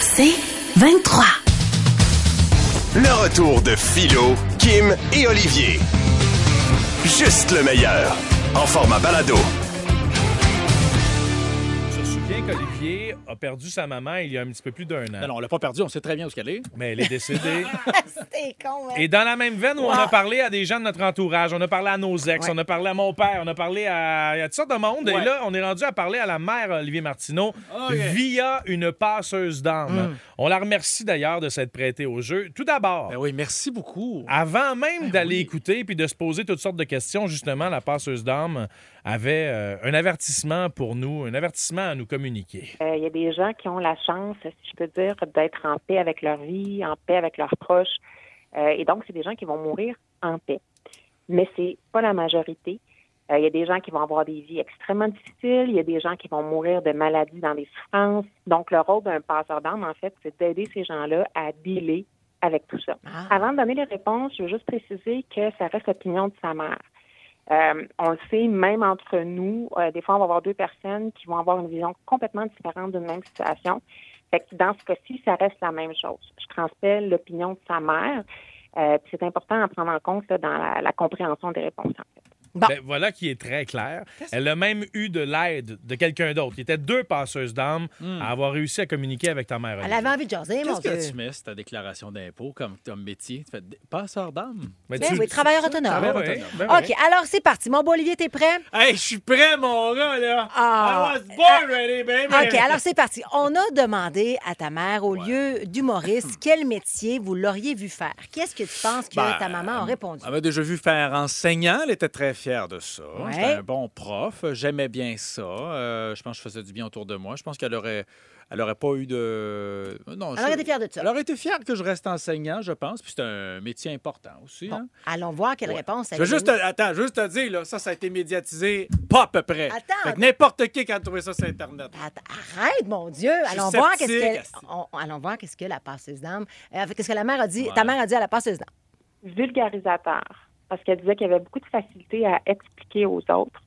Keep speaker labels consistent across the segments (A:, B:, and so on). A: C'est 23.
B: Le retour de Philo, Kim et Olivier. Juste le meilleur. En format balado.
C: Je me souviens qu'Olivier a perdu sa maman il y a un petit peu plus d'un an.
D: Ben Non, non, on l'a pas perdu, on sait très bien où qu'elle est.
C: Mais elle est décédée.
E: C'était con, hein?
C: Et dans la même veine où on a parlé à des gens de notre entourage, on a parlé à nos ex,
E: Ouais.
C: on a parlé à mon père, on a parlé à, à toutes sortes de monde. Et
D: Ouais. Oh,
C: là, on est rendu à parler à la mère Olivier Martineau
D: Ok.
C: via une passeuse d'âme. On la remercie d'ailleurs de s'être prêtée au jeu. Tout d'abord,
D: Mm. Ben oui, Ben merci beaucoup.
E: Ah,
C: avant même d'aller écouter puis de se poser toutes sortes de questions, justement, la passeuse d'âme avait euh, un avertissement pour nous, un avertissement à nous communiquer.
F: Euh, Il y a des gens qui ont la chance, si je peux dire, d'être en paix avec leur vie, en paix avec leurs proches. Euh, et donc, c'est des gens qui vont mourir en paix. Mais c'est pas la majorité. Euh, Il y a des gens qui vont avoir des vies extrêmement difficiles. Il y a des gens qui vont mourir de maladies dans des souffrances. Donc, le rôle d'un passeur d'âme, en fait, c'est d'aider ces gens-là à dealer avec tout ça. Avant de donner les réponses, je veux juste préciser que ça reste l'opinion de sa mère. Euh, on le sait, même entre nous, euh, des fois, on va avoir deux personnes qui vont avoir une vision complètement différente d'une même situation. Fait que dans ce cas-ci, ça reste la même chose. Je transmets l'opinion de sa mère. Euh, puis c'est important à prendre en compte là, dans la, la compréhension des réponses. en fait.
E: Bon.
C: Ben, voilà qui est très clair. Elle a même eu de l'aide de quelqu'un d'autre. Il y était deux passeuses d'âme
E: Hmm.
C: à avoir réussi à communiquer avec ta mère.
E: Elle avait envie de jaser, mon
D: Ben, Qu'est-ce
E: Dieu.
D: que tu mets sur ta déclaration d'impôt comme, comme métier? Tu fais d- passeur d'âme.
C: Mais
E: Ben oui, travailleur autonome.
C: Ah, ben
D: Travailleur
C: ouais,
D: autonome.
C: ben ouais.
E: OK, alors c'est parti. Mon beau Olivier, t'es prêt?
D: Hey, je suis prêt, mon gars, là.
E: Ah.
D: I was born ready, baby.
E: OK, alors c'est parti. On a demandé à ta mère, au lieu d'humoriste, quel métier vous l'auriez vu faire. Qu'est-ce que tu penses que
D: Hmm. Ben,
E: ta maman a répondu?
D: Elle m'a déjà vu faire enseignant. Elle était très fière de ça.
E: Ouais.
D: J'étais un bon prof. J'aimais bien ça. Euh, je pense que je faisais du bien autour de moi. Je pense qu'elle aurait, elle aurait pas eu de. Non,
E: Elle
D: je-
E: aurait été fière de ça.
D: Elle aurait été fière que je reste enseignant, je pense. Puis c'est un métier important aussi. hein.
E: Allons voir quelle réponse elle
D: Je veux
E: a
D: juste te,
E: donnée.
D: attends, je veux juste te dire, là, ça, ça a été médiatisé pas à peu près.
E: Attends.
D: Fait que n'importe qui qui a trouvé ça sur Internet.
E: Att- Arrête, mon Dieu!
D: suis
E: Allons voir, qu'est-ce
D: sceptique,
E: que,
D: asti.
E: on- on- allons voir qu'est-ce que la passeuse d'âme... euh, qu'est-ce que la mère a dit... Ta mère a dit à la passeuse d'âme.
F: Vulgarisateur, parce qu'elle disait qu'il y avait beaucoup de facilité à expliquer aux autres.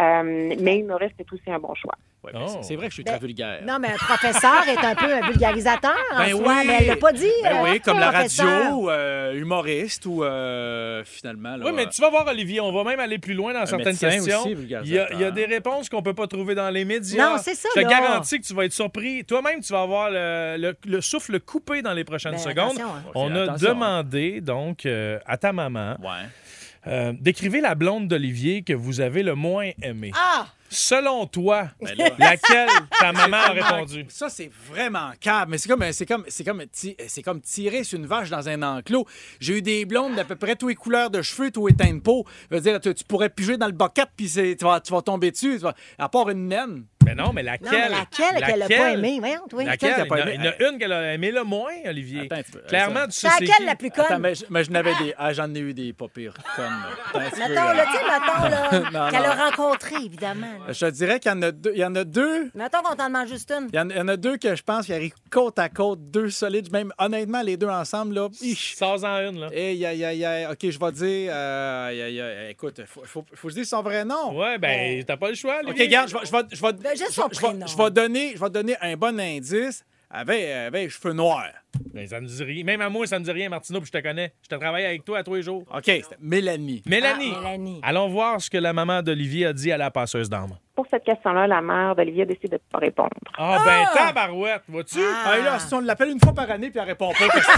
F: Euh, mais humoriste est aussi un bon choix.
D: Ouais, mais
C: Oh.
D: c'est- C'est vrai que je suis
E: Ben,
D: très vulgaire.
E: Non, mais un professeur est un peu un vulgarisateur en
D: Euh. Ben
E: soi,
D: oui.
E: mais elle l'a pas dit.
D: Ben
E: euh,
D: oui, comme la
E: professeur.
D: radio, euh, humoriste ou euh, finalement. Là,
C: Oui, mais tu vas voir, Olivier, on va même aller plus loin dans certaines
D: médecin
C: questions.
D: aussi,
C: il, y a, il y a des réponses qu'on peut pas trouver dans les médias.
E: Non, c'est ça,
C: Je te
E: là.
C: garantis que tu vas être surpris. Toi-même, tu vas avoir le, le- le souffle coupé dans les prochaines
E: Ben,
C: secondes.
E: attention, hein.
C: On
D: Fais
C: a
D: attention, hein.
C: demandé, donc, euh, à ta maman,
D: Ouais.
C: euh, décrivez la blonde d'Olivier que vous avez le moins aimée.
E: Ah!
C: Selon toi,
D: Ben là-
C: laquelle ta maman a
D: Vraiment-
C: répondu?
D: Ça, c'est vraiment câble. Mais c'est comme, c'est comme, c'est comme, ti- c'est comme tirer sur une vache dans un enclos. J'ai eu des blondes d'à peu près toutes les couleurs de cheveux, tous les teints de peau. Je veux dire, tu, tu pourrais piger dans le bocat, puis c'est- tu vas, tu vas tomber dessus. tu vas- à part une naine.
C: Mais non, mais laquelle?
E: Non, mais laquelle qu'elle a pas aimée? Voyons, toi.
C: Laquelle? Il y en a,
D: Laquelle qu'elle a pas aimée?
C: il y en a une qu'elle a aimée le moins, Olivier.
D: Attends un petit peu. euh,
C: Clairement,
D: Ça-
C: tu sais
E: C'est
C: c'est
E: laquelle
C: qui.
E: la plus conne?
D: Attends, mais, je- mais je n'avais des. ah, j'en ai eu des pas pires connes. Attends un petit peu,
E: Mettons, là,
D: là.
E: tu sais, mettons, là,
D: Non,
E: qu'elle
D: non.
E: a rencontré, évidemment. là.
D: Je te dirais qu'il y en a deux. Il y en a deux.
E: Mettons qu'on t'en demande juste une.
D: Il y en, il y en a deux que je pense qui arrivent côte à côte, deux solides, même honnêtement, les deux ensemble, là. ich.
C: Sors-en une, là.
D: Hey, aïe, aïe, aïe. OK, je vais dire. euh, aïe, aïe, aïe. Écoute, faut, faut, faut que je dise son vrai nom.
C: Ouais, ben, t'as pas le choix,
D: OK,
C: Olivier.
D: regarde, je vais. Je vais, je vais-
E: Ben, juste
D: je-
E: son
D: je,
E: prénom.
D: vais, je, vais donner, je vais donner un bon indice avec, avec les cheveux noirs.
C: Ben, ça me dit rien. Même à moi, ça me dit rien, Martino, puis je te connais. Je te travaille avec toi à tous les jours.
D: OK, c'était Mélanie.
C: Mélanie.
E: Ah, Mélanie.
C: Allons voir ce que la maman d'Olivier a dit à la passeuse d'âme.
F: Pour cette question-là, la mère d'Olivier décide de ne pas répondre.
C: Ah, ben, tabarouette, vois-tu?
D: Ah, là, si on l'appelle une fois par année puis elle répond pas aux questions.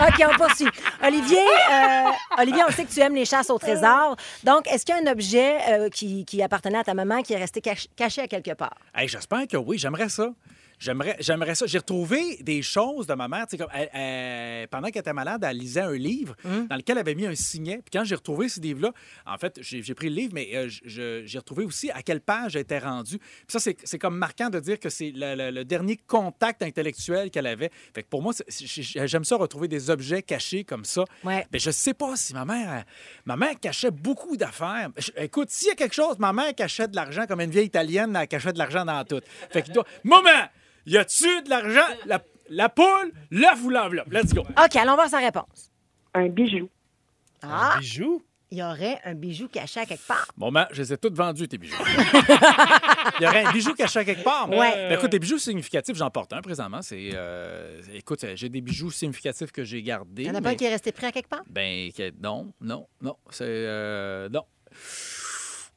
E: OK, on poursuit. Olivier, euh, Olivier, on sait que tu aimes les chasses au trésor. Donc, est-ce qu'il y a un objet euh, qui, qui appartenait à ta maman qui est resté cach- caché à quelque part?
D: Hey, j'espère que oui, j'aimerais ça. J'aimerais, j'aimerais ça. J'ai retrouvé des choses de ma mère. tu sais, Comme elle- elle- pendant qu'elle était malade, elle lisait un livre dans lequel elle avait mis un signet. Puis quand j'ai retrouvé ce livre-là, en fait, j'ai, j'ai pris le livre, mais euh, je- je- j'ai retrouvé aussi à quelle page elle était rendue. Puis ça, c'est c'est comme marquant de dire que c'est le, le- le dernier contact intellectuel qu'elle avait. Fait que pour moi, c'est- j'ai- j'aime ça retrouver des objets cachés comme ça.
E: Ouais.
D: Mais je sais pas si ma mère, elle- ma mère cachait beaucoup d'affaires. Je- Écoute, s'il y a quelque chose, ma mère cachait de l'argent comme une vieille italienne, elle cachait de l'argent dans tout. Fait qu'il doit. Maman, y a-tu de l'argent? La, la poule, l'œuf ou l'enveloppe? Let's go.
E: OK, allons voir sa réponse.
F: Un bijou.
E: Ah,
C: Bijou?
E: il y aurait un bijou caché à quelque part.
D: Maman, je les ai toutes vendues, tes bijoux. Il y aurait un bijou caché à quelque part.
E: Ouais.
D: Ben, écoute, des bijoux significatifs, j'en porte un présentement. C'est, euh, écoute, j'ai des bijoux significatifs que j'ai gardés.
E: Il y en a
D: mais-
E: pas un qui est resté pris à quelque part?
D: Ben, que- non, non, non. C'est. euh, non.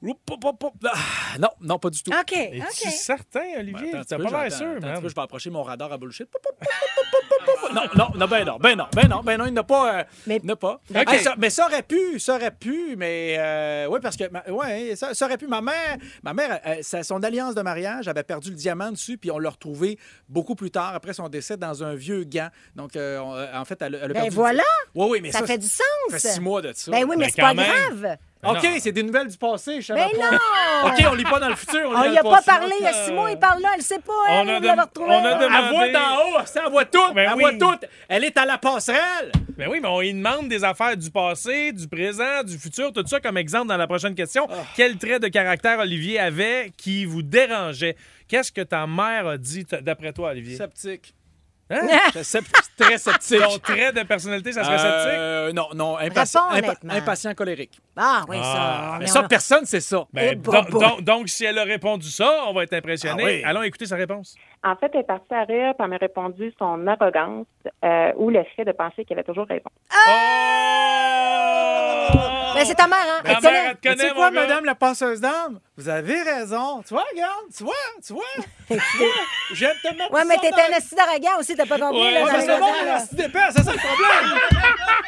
D: Oup, oup, oup, oup. Ah, Non, non, pas du tout. Ben,
E: OK,
C: Es-tu
E: Ah! OK.
C: certain, Olivier?
D: Attends un petit
C: T'as
D: peu,
C: pas l'air
D: j'entends-
C: sûr,
D: attends un petit
C: man.
D: peu, je vais approcher mon radar à bullshit. Poup, poup, poup, poup, poup, poup, poup. Non, non, non, ben non, ben non, ben non, ben non, il n'a pas. euh,
E: Mais-
D: il n'a pas.
C: Ok.
D: Ah, ça- mais ça aurait pu, ça aurait pu, mais. euh, ouais, parce que. ma- ouais, ça, ça aurait pu. Ma mère, ma mère euh, sa- son alliance de mariage avait perdu le diamant dessus, puis on l'a retrouvé beaucoup plus tard, après son décès, dans un vieux gant. Donc, euh, on- euh, en fait, elle, a- elle a perdu.
E: Ben voilà,
D: Oui, oui, mais ça.
E: ça fait du sens.
D: Ça fait six mois de ça. Ben
E: Ben oui, mais
C: Ben
E: c'est pas
C: quand même.
E: grave.
C: Non.
D: OK, c'est des nouvelles du passé, je savais
E: Ben
D: pas.
E: non!
D: OK, on lit pas dans le futur, on lit
E: On
D: dans
E: n'y
D: le
E: a pas
D: passé. Ah,
E: parlé. Ah, Il y a six mois, il parle là. Elle sait pas, elle,
C: On a
E: vous l'avez
C: dem-
E: retrouvée.
C: on a dem-
D: Elle voit
C: demandé.
D: d'en haut, ça, elle voit tout,
C: Ben
D: elle
C: oui.
D: voit tout. Elle est à la passerelle.
C: Mais Ben oui, mais on y demande des affaires du passé, du présent, du futur, tout ça comme exemple dans la prochaine question.
D: Ah.
C: Quel trait de caractère Olivier avait qui vous dérangeait? Qu'est-ce que ta mère a dit, t- d'après toi, Olivier?
D: Sceptique.
C: Hein?
D: Je suis sep- très sceptique.
C: Ton trait de personnalité, ça serait sceptique?
D: Euh, non, non, impatient,
E: Réponds
D: impa-
E: honnêtement.
D: impatient colérique.
E: Ah oui,
C: Ah,
E: ça.
D: Mais
E: on
D: ça,
E: a-
D: personne, c'est ça.
C: Ben,
E: Eh,
C: don-
E: bah, bah.
C: don- donc, si elle a répondu ça, on va être impressionné.
D: oh, Ah oui.
C: Allons écouter sa réponse.
F: En fait, elle est partie à rire, puis elle m'a répondu son arrogance euh, ou le fait de penser qu'elle avait toujours raison.
C: Oh!
E: Mais Ah! c'est ta mère, hein?
C: Ma
E: Elle te
C: mère,
E: connaît.
C: elle te connaît,
D: tu sais quoi,
C: mon gars?
D: madame la passeuse d'âme? Vous avez raison. Tu vois, regarde, tu vois, tu vois. Je vais te mettre
E: Ouais, mais
D: ça
E: t'étais
D: dans-
E: un assis d'arrogant aussi, t'as pas compris.
C: Ouais,
E: là, dans
C: ouais,
D: Ah, ben,
E: les
D: c'est bon,
E: raisins,
D: là,
E: là.
D: c'est épais, c'est ça le problème.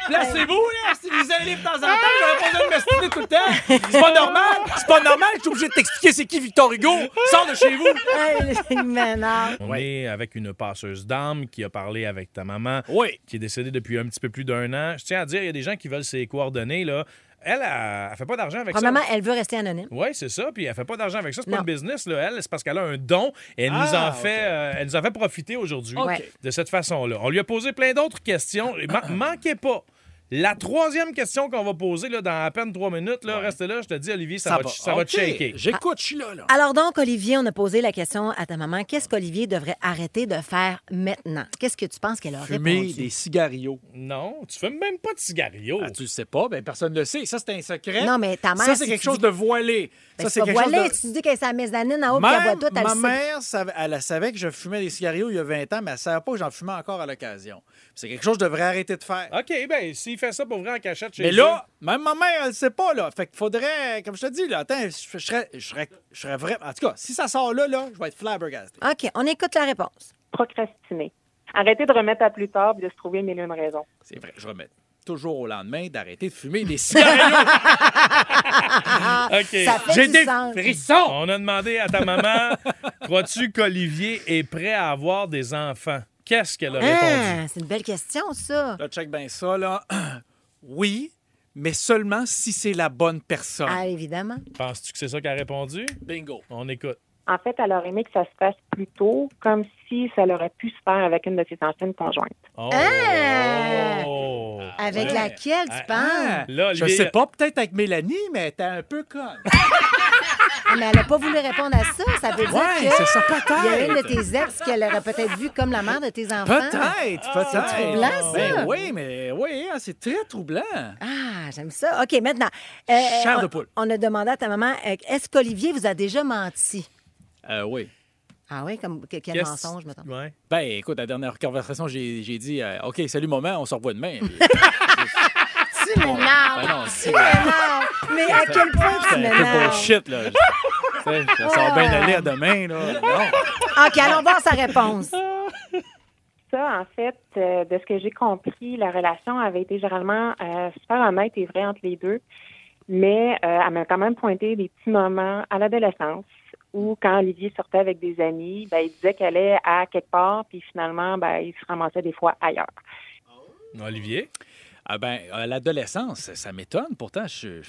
D: Placez-vous, là. Si vous allez de temps en temps, j'aurais pas besoin de m'estimer tout le temps. C'est pas normal. C'est pas normal. Je suis obligé de t'expliquer c'est qui Victor Hugo. Sors de chez vous.
E: Ah, il m'énerve.
C: On est avec une passeuse d'âme qui a parlé avec ta maman,
D: Oui.
C: qui est décédée depuis un petit peu plus d'un an. Je tiens à dire, il y a des gens qui veulent ses coordonnées. Là. Elle, elle, elle fait pas d'argent avec
E: Premièrement,
C: ça.
E: elle veut rester anonyme.
C: Oui, c'est ça. Puis elle fait pas d'argent avec ça. C'est pas
E: Non.
C: un business. Là. Elle, c'est parce qu'elle a un don. Et elle, nous
D: Ah,
C: en fait,
D: ok.
C: euh, elle nous en fait profiter aujourd'hui
E: Ouais.
C: de cette façon-là. On lui a posé plein d'autres questions. Et ma- manquez pas. La troisième question qu'on va poser là, dans à peine trois minutes, là, reste là. Je te dis, Olivier, ça, va, te- ça va te
D: OK.
C: shaker.
D: J'écoute, je suis là, là.
E: Alors donc, Olivier, on a posé la question à ta maman. Qu'est-ce qu'Olivier devrait arrêter de faire maintenant? Qu'est-ce que tu penses qu'elle a
D: Fumer
E: répondu?
D: des cigarios.
C: Non, tu fumes même pas de cigario.
D: Ah, tu le sais pas, ben personne ne le sait. Ça, c'est un secret.
E: Non, mais ta mère,
D: Ça, c'est
E: si
D: quelque
E: tu
D: chose
E: dis-
D: de voilé.
E: Ben,
D: ça,
E: c'est pas
D: quelque
E: voilé.
D: chose
E: Si tu dis qu'elle est à la mezzanine en haut, puis elle voit
D: Même,
E: tout, elle
D: ma
E: le sait.
D: mère, savait- elle savait que je fumais des cigarios il y a 20 ans, mais elle ne savait pas que j'en fumais encore à l'occasion. C'est quelque chose que je devrais arrêter de faire.
C: OK, ben s'il fait ça pour vrai en cachette chez
D: Mais
C: eux-
D: là, même ma mère, elle sait pas, là. Fait qu'il faudrait, comme je te dis, là, attends, je, je serais, je, serais, je serais vrai. En tout cas, si ça sort là, là, je vais être flabbergasté.
E: OK, on écoute la réponse.
F: Procrastiner. Arrêter de remettre à plus tard et de se trouver mille et une raisons.
D: C'est vrai, je remets toujours au lendemain d'arrêter de fumer des cigarios.
C: ah, OK.
E: Ça fait
D: J'ai
E: du
D: des
E: sens.
D: frissons.
C: On a demandé à ta maman, crois-tu qu'Olivier est prêt à avoir des enfants? Qu'est-ce qu'elle a répondu?
E: Ah, c'est une belle question, ça.
D: Là, check bien ça, là. Oui, mais seulement si c'est la bonne personne.
E: Ah, évidemment.
C: Penses-tu que c'est ça qu'elle a répondu?
D: Bingo.
C: On écoute.
F: En fait, elle aurait aimé que ça se fasse plus tôt, comme si ça l'aurait pu se faire avec une de ses anciennes conjointes.
C: Oh!
E: Ah! Avec
C: Ouais.
E: laquelle tu
C: Ah,
E: penses?
C: Là,
D: je
C: Olivier-
D: sais pas, peut-être avec Mélanie, mais t'es un peu conne.
E: Ah, Mais elle n'a pas voulu répondre à ça. Ça veut dire
D: Ouais,
E: que
D: c'est ça,
E: il y a
D: peut-être.
E: une de tes ex qu'elle aurait peut-être vue comme la mère de tes enfants.
D: Peut-être, peut-être.
E: C'est troublant, ça.
D: Ben oui, mais oui, hein, c'est très troublant.
E: Ah, j'aime ça. OK, maintenant. euh,
D: Chair de
E: on-
D: poule.
E: On a demandé à ta maman, euh, est-ce qu'Olivier vous a déjà menti?
D: Euh, oui.
E: Ah oui, comme que- quel
C: Qu'est-ce-
E: mensonge, mettons.
C: Ouais.
D: Ben, écoute, la dernière conversation, j'ai j'ai dit euh, OK, salut, maman, on se revoit demain. Puis-
E: Tu m'énerves!
D: Ben non, c'est-
E: tu m'énerves! Mais à quel point tu
D: C'est un peu
E: m'énerves?
D: bullshit, là. Je- tu sais, Ça sort bien aller à demain, là. Non.
E: OK, allons voir sa réponse.
F: Ça, en fait, euh, de ce que j'ai compris, la relation avait été généralement euh, super honnête et vraie entre les deux. Mais euh, elle m'a quand même pointé des petits moments à l'adolescence où, quand Olivier sortait avec des amis, ben, il disait qu'elle allait à quelque part, puis finalement, ben, il se ramassait des fois ailleurs.
C: Olivier?
D: Ah ben, à l'adolescence, ça m'étonne. Pourtant, je,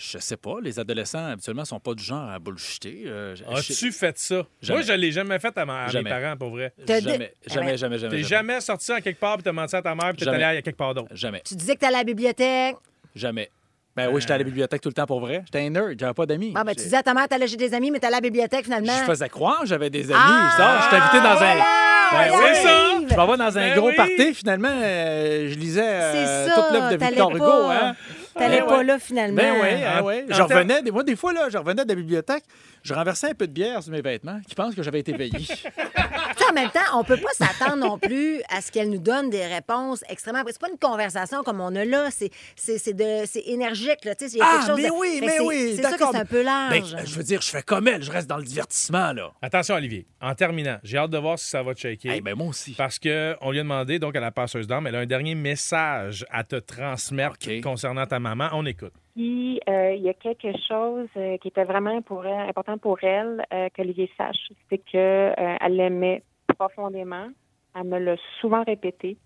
D: je sais pas. Les adolescents, habituellement, sont pas du genre à bullshiter. Euh, je-
C: As-tu fait ça?
D: Jamais.
C: Moi, je l'ai jamais fait à, ma- à mes
D: Jamais.
C: parents, pour vrai.
E: T'as
D: Jamais,
E: dit-
D: jamais,
E: Eh
D: jamais,
E: ben,
D: jamais, jamais.
C: T'es jamais sorti à quelque part, puis t'as menti à ta mère, puis t'es
D: Jamais.
C: allé à quelque part d'autre.
D: Jamais,
E: Tu disais que t'allais à la bibliothèque.
D: jamais. Ben oui, j'étais à la bibliothèque tout le temps pour vrai. J'étais un nerd, j'avais pas d'amis.
E: Ah, ben, tu disais à ta mère, t'allais chez des amis, mais t'allais à la bibliothèque finalement.
D: Je faisais croire que j'avais des amis.
E: Ah!
D: je dis, Ah, je t'ai invité dans un.
E: Voilà,
D: Ben
E: elle
D: oui,
E: arrive!
D: Je m'en vais dans un
C: Ben
D: gros
C: oui.
D: party, finalement. euh, je lisais euh,
E: C'est ça,
D: toute l'œuvre de
E: t'allais
D: Victor
E: pas.
D: Hugo. Hein.
E: T'allais
D: Ben
E: pas
D: ouais.
E: là finalement.
D: Ben oui, hein,
C: en-
D: ouais.
C: en
D: Je
C: ter-
D: revenais, des- moi, des fois, là, je revenais de la bibliothèque, je renversais un peu de bière sur mes vêtements, qui pensent que j'avais été veillé.
E: Tu sais, en même temps, on peut pas s'attendre non plus à ce qu'elle nous donne des réponses extrêmement. C'est pas une conversation comme on a là. C'est c'est- c'est de- c'est énergique. Là. Tu sais, il y a
D: ah,
E: quelque chose
D: mais
E: de-
D: oui,
E: Fait que
D: mais
E: c'est-
D: oui,
E: C'est sûr que
D: d'accord.
E: c'est un peu
D: Ben,
E: large.
D: je veux dire, je fais comme elle, je reste dans le divertissement, là.
C: Attention, Olivier, en terminant, j'ai hâte de voir si ça va te shaker.
D: Eh ben, moi aussi.
C: Parce qu'on lui a demandé, donc, à la passeuse d'âme, elle a un dernier message à te transmettre
D: OK.
C: concernant ta maman. On écoute.
F: Puis, euh, il y a quelque chose euh, qui était vraiment pour elle- important pour elle euh, que Olivier sache. C'est que euh, elle l'aimait profondément. Elle me l'a souvent répété.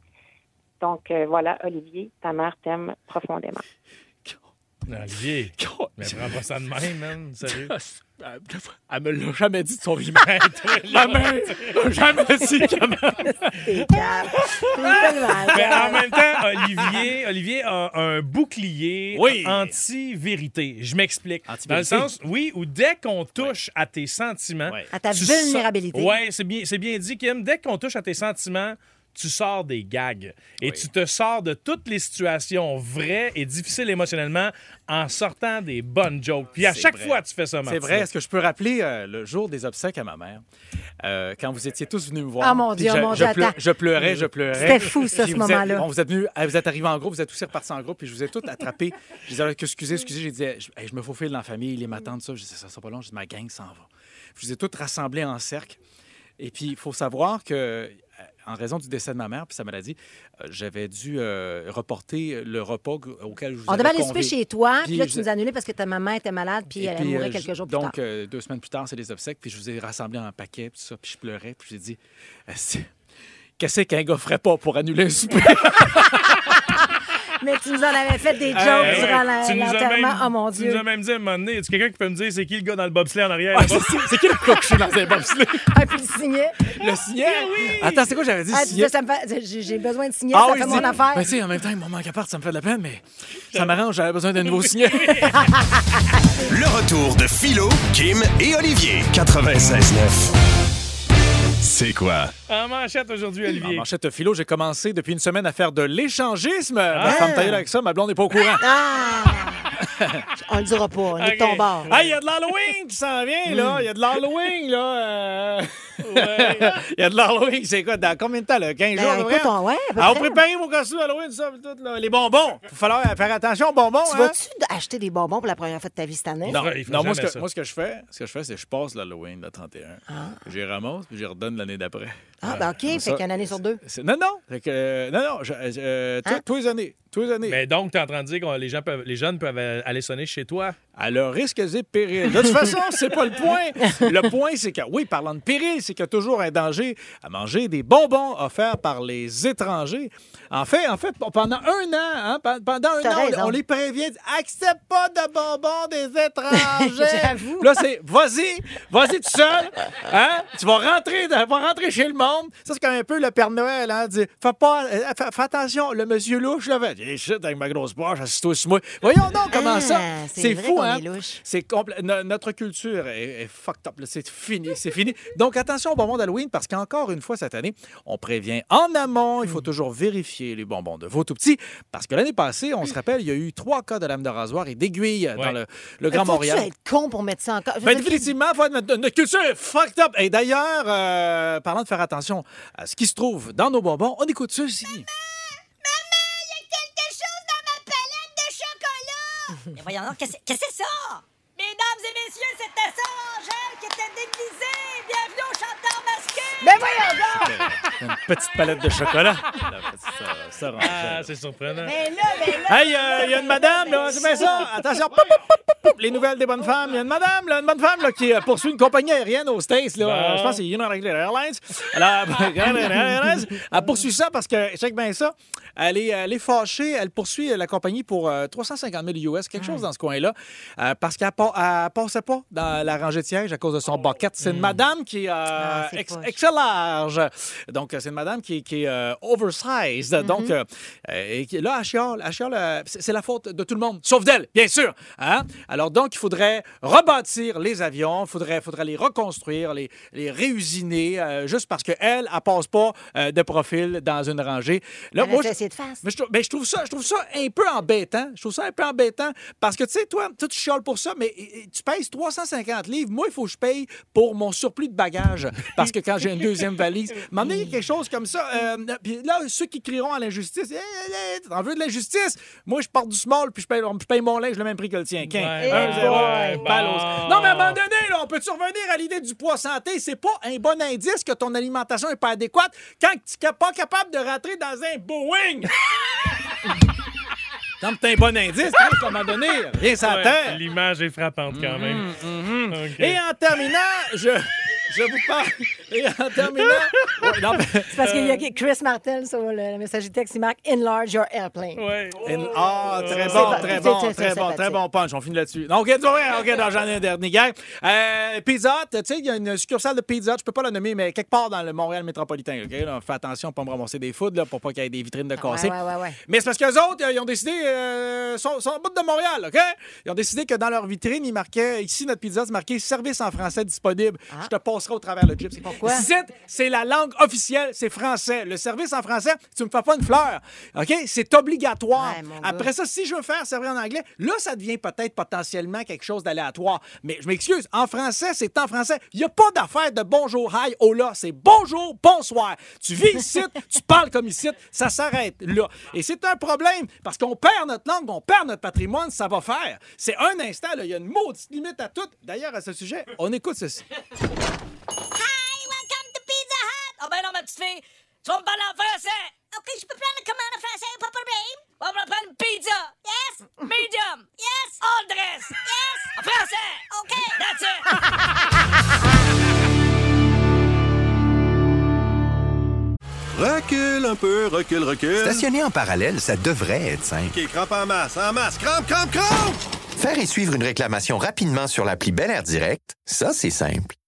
F: Donc, euh, voilà, Olivier, ta mère t'aime profondément.
C: Olivier, mais prends pas ça de même, man. Sérieux.
D: Elle me l'a jamais dit de son vivant. Ma mère l'a jamais dit qu'elle m'a-
E: C'est calme. C'est tellement
C: Mais en
E: calme.
C: même temps, Olivier, Olivier a un bouclier
D: Oui.
C: anti-vérité. Je m'explique. Dans le
D: Anti-vérité.
C: sens, oui, où dès qu'on touche à tes sentiments,
D: Ouais.
E: À ta
C: tu
E: vulnérabilité.
C: sors- Ouais, c'est bien, c'est bien dit, Kim. Dès qu'on touche à tes sentiments, tu sors des gags et tu te sors de toutes les situations vraies et difficiles émotionnellement en sortant des bonnes jokes. Puis à
D: C'est
C: chaque
D: vrai.
C: fois, tu fais ça, Eh
D: C'est
C: Martina.
D: vrai. Est-ce que je peux rappeler euh, le jour des obsèques à ma mère, euh, quand vous étiez tous venus me voir?
E: Ah, mon Dieu,
D: puis je,
E: mon
D: je
E: Dieu, attends.
D: je pleurais, je pleurais.
E: C'était fou, ça,
D: Puis
E: ce
D: vous êtes-
E: moment-là.
D: on vous êtes venus, ah, vous êtes arrivés en groupe, vous êtes tous repartis en groupe, puis je vous ai tous attrapés. Je disais, ah, excusez, excusez, j'ai dit, je, hey, je me faufile dans la famille, les matins, tout ça. Je disais, ça sera pas long, je dis, ma gang s'en va. Je vous ai tous rassemblés en cercle. Et puis, il faut savoir que, euh, en raison du décès de ma mère puis sa maladie, euh, j'avais dû euh, reporter le repas auquel je vous
E: On
D: avais
E: devait aller
D: convié.
E: souper chez toi, puis
D: Puis
E: là,
D: je-
E: tu nous as annulé parce que ta maman était malade, puis
D: et
E: elle
D: puis,
E: mourait
D: euh,
E: quelques
D: je-
E: jours plus tard.
D: donc, euh, deux semaines plus tard, c'est les obsèques. Puis je vous ai rassemblé en paquet, puis ça. Puis je pleurais, puis j'ai dit Euh, c'est- Qu'est-ce qu'un gars ferait pas pour annuler un souper?
E: Mais tu nous en avais fait
D: Euh,
E: des jokes
C: Hey,
E: durant la-
C: tu nous as
E: l'enterrement.
C: même-
E: Oh mon
C: Tu
E: Dieu.
C: nous as même dit à un moment donné, est-ce quelqu'un qui peut me dire c'est qui le gars dans le bobsleigh en arrière?
D: Ah,
C: là-bas?
D: c'est c'est qui le coqueché dans un bobsleigh?
E: Ah, puis le signet.
D: Le signal? Attends, c'est quoi j'avais dit?
E: Ah, tu
D: signet?
E: disais, ça me fait- j'ai- J'ai besoin de signer,
D: Ah
E: ça fait
D: oui, c'est-
E: mon affaire.
D: Ben, tu sais, en même temps, mon manque à part, ça me fait de la peine, mais ça m'arrange, j'avais besoin d'un nouveau signet.
B: Le retour de Philo, Kim et Olivier. 96.9. C'est quoi?
C: En Ah, manchette aujourd'hui,
D: En
C: Olivier.
D: manchette philo, j'ai commencé depuis une semaine à faire de l'échangisme. Ma femme tailleule avec ça, ma blonde n'est pas au courant.
E: Ah! On le dira pas, on est
C: Ok.
E: de ton bord.
D: Ah, il y a de l'Halloween qui s'en vient, là. Il y a de l'Halloween, là. euh. Il y a de l'Halloween, c'est quoi? Dans combien de temps, là? 15
E: Ben,
D: jours, à peu
E: écoute,
D: près? Ah,
E: on- ouais, à peu
D: Alors,
E: près.
D: préparez vos costumes d'Halloween, tout ça, puis tout, là. Les bonbons. Il va falloir faire attention aux bonbons,
E: Tu
D: hein?
E: vas-tu acheter des bonbons pour la première fois de ta vie cette année?
D: Non,
C: fera- il fera
D: non moi, ce
C: jamais
D: que,
C: ça.
D: moi, ce que je fais, ce que je fais, c'est que je passe l'Halloween, le 31. J'y ramasse, puis j'y redonne l'année d'après.
E: Ah, ben OK, fait
D: ça,
E: qu'une année sur deux.
D: C'est- Non, non. Fait que, euh, non, non. je- euh,
E: Hein?
D: tous- Tous les années. Tous les années.
C: Mais donc, t'es en train de dire que les, gens peuvent, les jeunes peuvent euh, aller sonner chez toi?
D: à leur risque et péril. De toute façon, c'est pas le point. Le point, c'est que, oui, parlant de péril, c'est qu'il y a toujours un danger à manger des bonbons offerts par les étrangers. En fait, en fait pendant un an, hein, pe- pendant un
E: T'as
D: an, on-
E: raison.
D: on les prévient, accepte pas de bonbons des étrangers.
E: J'avoue.
D: Là, c'est vas-y, vas-y tout seul. Hein? Tu vas rentrer, dans- vas rentrer chez le monde. Ça, c'est comme un peu le Père Noël. Hein? Dis, fais, pas, euh, fais, fais attention, le monsieur louche, là, fait, J'ai shit avec ma grosse poche, assis-toi sur moi. Voyons donc comment
E: Ah,
D: ça.
E: c'est
D: C'est
E: vrai
D: fou,
E: qu'on
D: hein?
E: est louche.
D: C'est compl- no- Notre culture est, est fucked up. là. C'est fini, c'est fini. Donc, attention aux bonbons d'Halloween parce qu'encore une fois, cette année, on prévient en amont. Il
E: Hmm.
D: faut toujours vérifier les bonbons de vos tout petits parce que l'année passée,
E: Hmm.
D: on se rappelle, il y a eu trois cas de lame de rasoir et d'aiguille dans le, le Grand
E: Faut-tu
D: Montréal.
E: être con pour mettre ça encore? Je veux
D: Ben,
E: dire,
D: définitivement, faut être- notre, notre culture est fucked up. Et d'ailleurs, euh, parlant de faire attention à ce qui se trouve dans nos bonbons, on écoute ceci.
G: Mais voyons donc, qu'est-ce qu'est-ce que c'est ça? Mesdames et messieurs, c'était ça, Angèle, qui était déguisée! Bienvenue au chanteur masqué!
E: ben,
D: Une petite palette de chocolat. La petite sœur- sœur Angèle.
C: c'est surprenant.
E: Ben,
D: Hey, euh, il y a une madame, là, c'est bien ça. Attention. Pop, pop, pop, pop, poup, les nouvelles des bonnes femmes. Il y a une madame, là, une bonne femme là, qui euh, poursuit une compagnie aérienne aux States. Là,
C: Bon.
D: Euh, Je pense que c'est United Airlines. Alors, United Airlines, elle poursuit ça parce que, check bien ça, elle est, elle est fâchée. Elle poursuit euh, la compagnie pour euh, 350 000 US, quelque chose dans ce coin-là, euh, parce qu'elle ne passait pas dans la rangée de sièges à cause de son bucket. C'est une madame qui est euh,
E: c'est
D: ex-
E: poche.
D: extra large. Donc, euh, c'est une madame qui, qui est euh, oversized. Donc, euh, euh, et qui- là, elle chiale, elle chiale, euh, c'est c'est la faute de tout le monde, sauf d'elle, bien sûr. hein. Alors, donc, il faudrait rebâtir les avions, il faudrait, faudrait les reconstruire, les, les réusiner, euh, juste parce qu'elle, elle ne passe pas euh, de profil dans une rangée. Là,
E: Arrête
D: je-
E: d'essayer de face.
D: mais je, trou- mais je trouve ça, je trouve ça un peu embêtant. Je trouve ça un peu embêtant parce que, tu sais, toi, toi, tu chiales pour ça, mais eh, eh, tu pèses 350 livres. Moi, il faut que je paye pour mon surplus de bagages parce que quand j'ai une deuxième valise, m'emmener quelque chose comme ça. euh, puis là, ceux qui crieront à l'injustice, Eh, eh, eh, t'en veux de l'injustice? Moi, je porte du small puis je paye, je paye mon linge le même prix que le tien. Quin.
C: Ouais,
D: Un,
C: ouais,
D: zéro,
C: ouais,
D: palos.
C: bon.
D: Non, mais à un moment donné, là, on peut survenir à l'idée du poids santé. C'est pas un bon indice que ton alimentation est pas adéquate quand tu n'es pas capable de rentrer dans un Boeing. Comme t'es un bon indice, hein, à un moment donné, rien sans
C: Ouais,
D: terre.
C: L'image est frappante quand même.
D: Mm-hmm.
C: OK.
D: Et en terminant, je, je vous parle. Et en terminant. Ouais, non, mais-
E: C'est parce qu'il y a Chris Martel sur le, la messagerie texte, il marque Enlarge your airplane.
C: Ouais.
D: Une- Ah, très
E: Oh! C'est
D: bon,
E: pas-
D: très
E: c'est- c'est-
D: bon, très
E: c'est
D: bon, très
E: sympathique.
D: bon punch. On finit là-dessus. Non, OK, ouais, OK, non, j'en ai un dernier. Gars. Euh, Pizza Hut, tu sais, il y a une succursale de Pizza Hut, je peux pas la nommer, mais quelque part dans le Montréal métropolitain, OK? Là, fais attention pour me ramasser des foudres, là, pour pas qu'il y ait des vitrines de cassé.
E: Ah, ouais, ouais, ouais.
D: Mais c'est parce qu'eux autres, euh, ils ont décidé, euh, sont, sont en bout de Montréal, OK? Ils ont décidé que dans leur vitrine, ils marquaient, ici, notre pizza, c'est marqué « Service en français disponible Je te passerai au travers le gyps.
E: Ah. Pourquoi?
D: Ici, c'est la langue officielle, c'est français. Le service en français, tu me fais pas une fleur, OK? C'est obligatoire.
E: Ouais, mon gars.
D: Après ça, si je veux faire servir en anglais, là, ça devient peut-être potentiellement quelque chose d'aléatoire. Mais je m'excuse, en français, c'est en français. Il n'y a pas d'affaire de bonjour, hi, hola. C'est bonjour, bonsoir. Tu vis ici, tu parles comme ici, ça s'arrête là. Et c'est un problème parce qu'on perd notre langue, on perd notre patrimoine, ça va faire. C'est un instant, là, il y a une maudite limite à tout. D'ailleurs, à ce sujet, on écoute ceci.
G: Hi, welcome to Pizza Hut! Oh ben non, ma petite fille, tu vas me parler en français! OK, je peux prendre la commande en français, pas de problème. On va prendre une pizza. Yes. Medium. Yes. All dress. Yes. En français. OK. That's it.
H: Recule un peu, recule, recule.
I: Stationner en parallèle, ça devrait être simple.
H: OK, crampe en masse, en masse, crampe, crampe, crampe!
I: Faire et suivre une réclamation rapidement sur l'appli Bel Air Direct, ça c'est simple.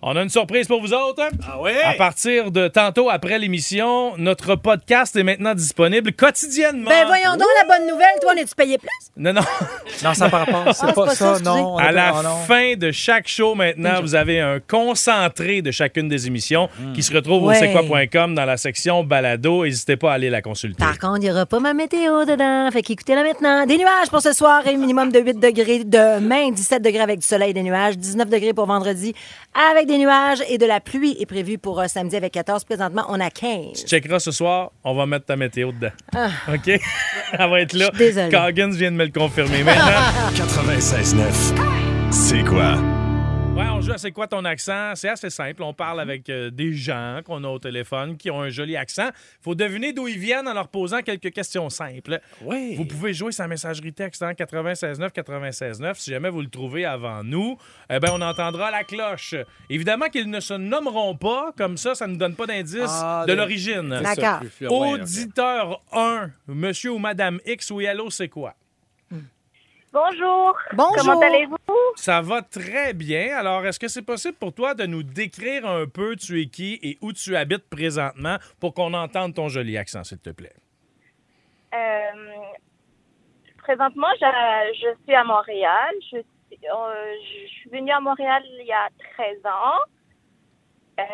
C: On a une surprise pour vous autres.
D: Ah ouais?
C: À partir de tantôt après l'émission, notre podcast est maintenant disponible quotidiennement.
E: Ben voyons donc la bonne nouvelle, toi, on est-tu payé plus?
C: Non, non.
D: Non, ça par rapport, c'est
E: Ah,
D: pas, ça,
E: excusez.
D: non. on
C: À
D: a
C: la
D: pas- oh, non.
C: fin de chaque show, maintenant, vous avez un concentré de chacune des émissions
D: Mm.
C: qui se retrouve
E: Ouais.
C: au c'est quoi.com dans la section balado. N'hésitez pas à aller la consulter.
E: Par contre, il n'y aura pas ma météo dedans. Fait qu'écoutez-la maintenant. Des nuages pour ce soir et un minimum de 8 degrés demain, 17 degrés avec du soleil et des nuages, 19 degrés pour vendredi avec des nuages et de la pluie est prévue pour euh, samedi avec 14. Présentement, on a 15.
C: Tu checkeras ce soir, on va mettre ta météo dedans. OK? Elle va être là.
E: Ah. Je suis désolée.
C: Coggins vient de me le confirmer. Maintenant,
B: 96.9. C'est quoi?
C: ouais, on joue à C'est quoi ton accent? C'est assez simple. On parle avec euh, des gens qu'on a au téléphone qui ont un joli accent. faut deviner d'où ils viennent en leur posant quelques questions simples.
D: Oui.
C: Vous pouvez jouer sa messagerie texte hein, en 96.9, 96.9. Si jamais vous le trouvez avant nous, eh ben on entendra la cloche. Évidemment qu'ils ne se nommeront pas, comme ça, ça ne nous donne pas d'indice
D: Ah,
C: de
D: de-
C: l'origine.
D: C'est ça,
E: D'accord.
D: plus fluide, ouais, ok.
C: Auditeur 1, monsieur ou madame X, oui, allô, c'est quoi?
F: Bonjour.
E: Bonjour.
F: Comment allez-vous?
C: Ça va très bien. Alors, est-ce que c'est possible pour toi de nous décrire un peu tu es qui et où tu habites présentement pour qu'on entende ton joli accent, s'il te plaît?
F: Euh, présentement, je, je suis à Montréal. Je, suis- euh, je suis venue à Montréal il y a 13 ans. Euh,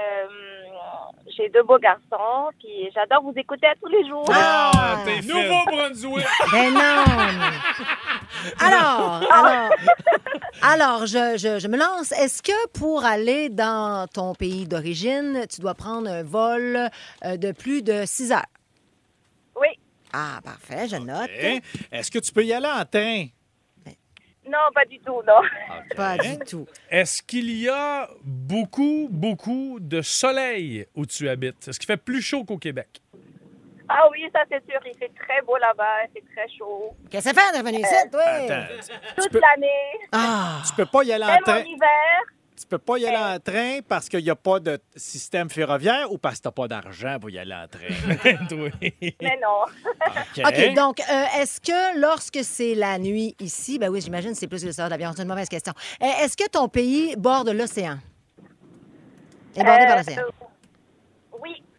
F: J'ai deux beaux garçons, puis j'adore vous écouter à tous les jours.
C: Ah, t'es Nouveau-Brunswick!
E: Ben non! Alors,
F: Ah.
E: alors, alors je, je- je me lance. Est-ce que pour aller dans ton pays d'origine, tu dois prendre un vol euh, de plus de 6 heures?
F: Oui.
E: Ah, parfait, je note.
D: Hein? Est-ce que tu peux y aller en train?
F: Non, pas du tout, non.
E: Pas du tout.
C: Est-ce qu'il y a beaucoup, beaucoup de soleil où tu habites? Est-ce qu'il fait plus chaud qu'au Québec?
F: Ah,
J: Ah oui, ça c'est sûr, il fait très beau là-bas, c'est très chaud.
E: Qu'est-ce que ça fait de revenir ici, toi?
J: Toute l'année.
E: Ah!
D: Tu peux pas y aller en
J: Même en
D: train.
J: hiver.
D: Tu peux pas y aller en train parce qu'il n'y a pas de système ferroviaire ou parce que t'as pas d'argent pour y aller en train?
J: Mais non.
E: OK, donc, euh, est-ce que lorsque c'est la nuit ici, ben oui, j'imagine que c'est plus que le salaire d'avion, c'est une mauvaise question. Euh, est-ce que ton pays borde l'océan? Est bordé
J: Euh,
E: par l'océan?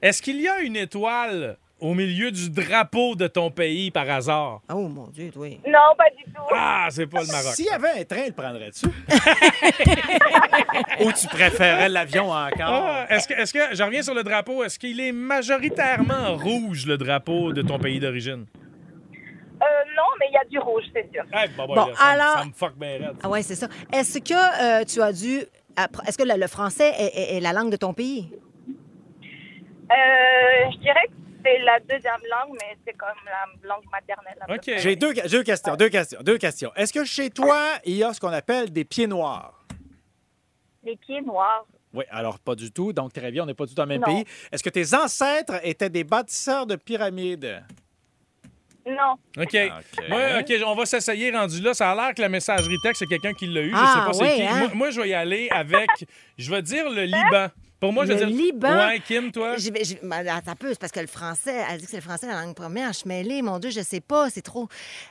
C: Est-ce qu'il y a une étoile au milieu du drapeau de ton pays par hasard?
E: Oh mon Dieu, oui.
J: Non, pas du tout.
C: Ah, c'est pas le Maroc.
D: S'il y avait un train, le prendrais-tu? Ou tu préférais l'avion encore?
C: Ah, est-ce que, est-ce que, je reviens sur le drapeau, est-ce qu'il est majoritairement rouge, le drapeau de ton pays d'origine?
J: Euh, non, mais il y a du rouge, c'est sûr.
C: Eh, bah, bah,
E: Bon,
C: là, ça, me-
E: alors-
C: ça me fuck bien raide.
E: Ah ouais, c'est ça. Est-ce que euh, tu as dû... appre- Est-ce que le, le français est, est- est la langue de ton pays?
J: Euh, je dirais que c'est la deuxième langue, mais c'est comme la langue maternelle. à peu près.
D: J'ai deux, deux questions, deux questions, deux questions. Est-ce que chez toi, il y a ce qu'on appelle des pieds noirs?
J: Les pieds noirs.
D: Oui, alors pas du tout. Donc, très bien, on n'est pas du tout dans le même
J: Non.
D: pays. Est-ce que tes ancêtres étaient des bâtisseurs de pyramides?
J: Non.
C: OK.
D: euh,
C: Moi, OK, on va s'essayer rendu là. Ça a l'air que la messagerie texte, c'est quelqu'un qui l'a eu.
E: Ah,
C: je sais pas
E: ouais,
C: c'est qui.
E: hein?
C: Moi, moi, je vais y aller avec. je vais dire le Liban. Pour moi, je
E: le
C: vais dire.
E: Liban.
C: Ouais, Kim, toi.
E: J'y vais- j'y- ben, attends un peu, c'est parce que le français, elle dit que c'est le français la langue première. Je suis mêlée, mon Dieu, je sais pas, c'est trop.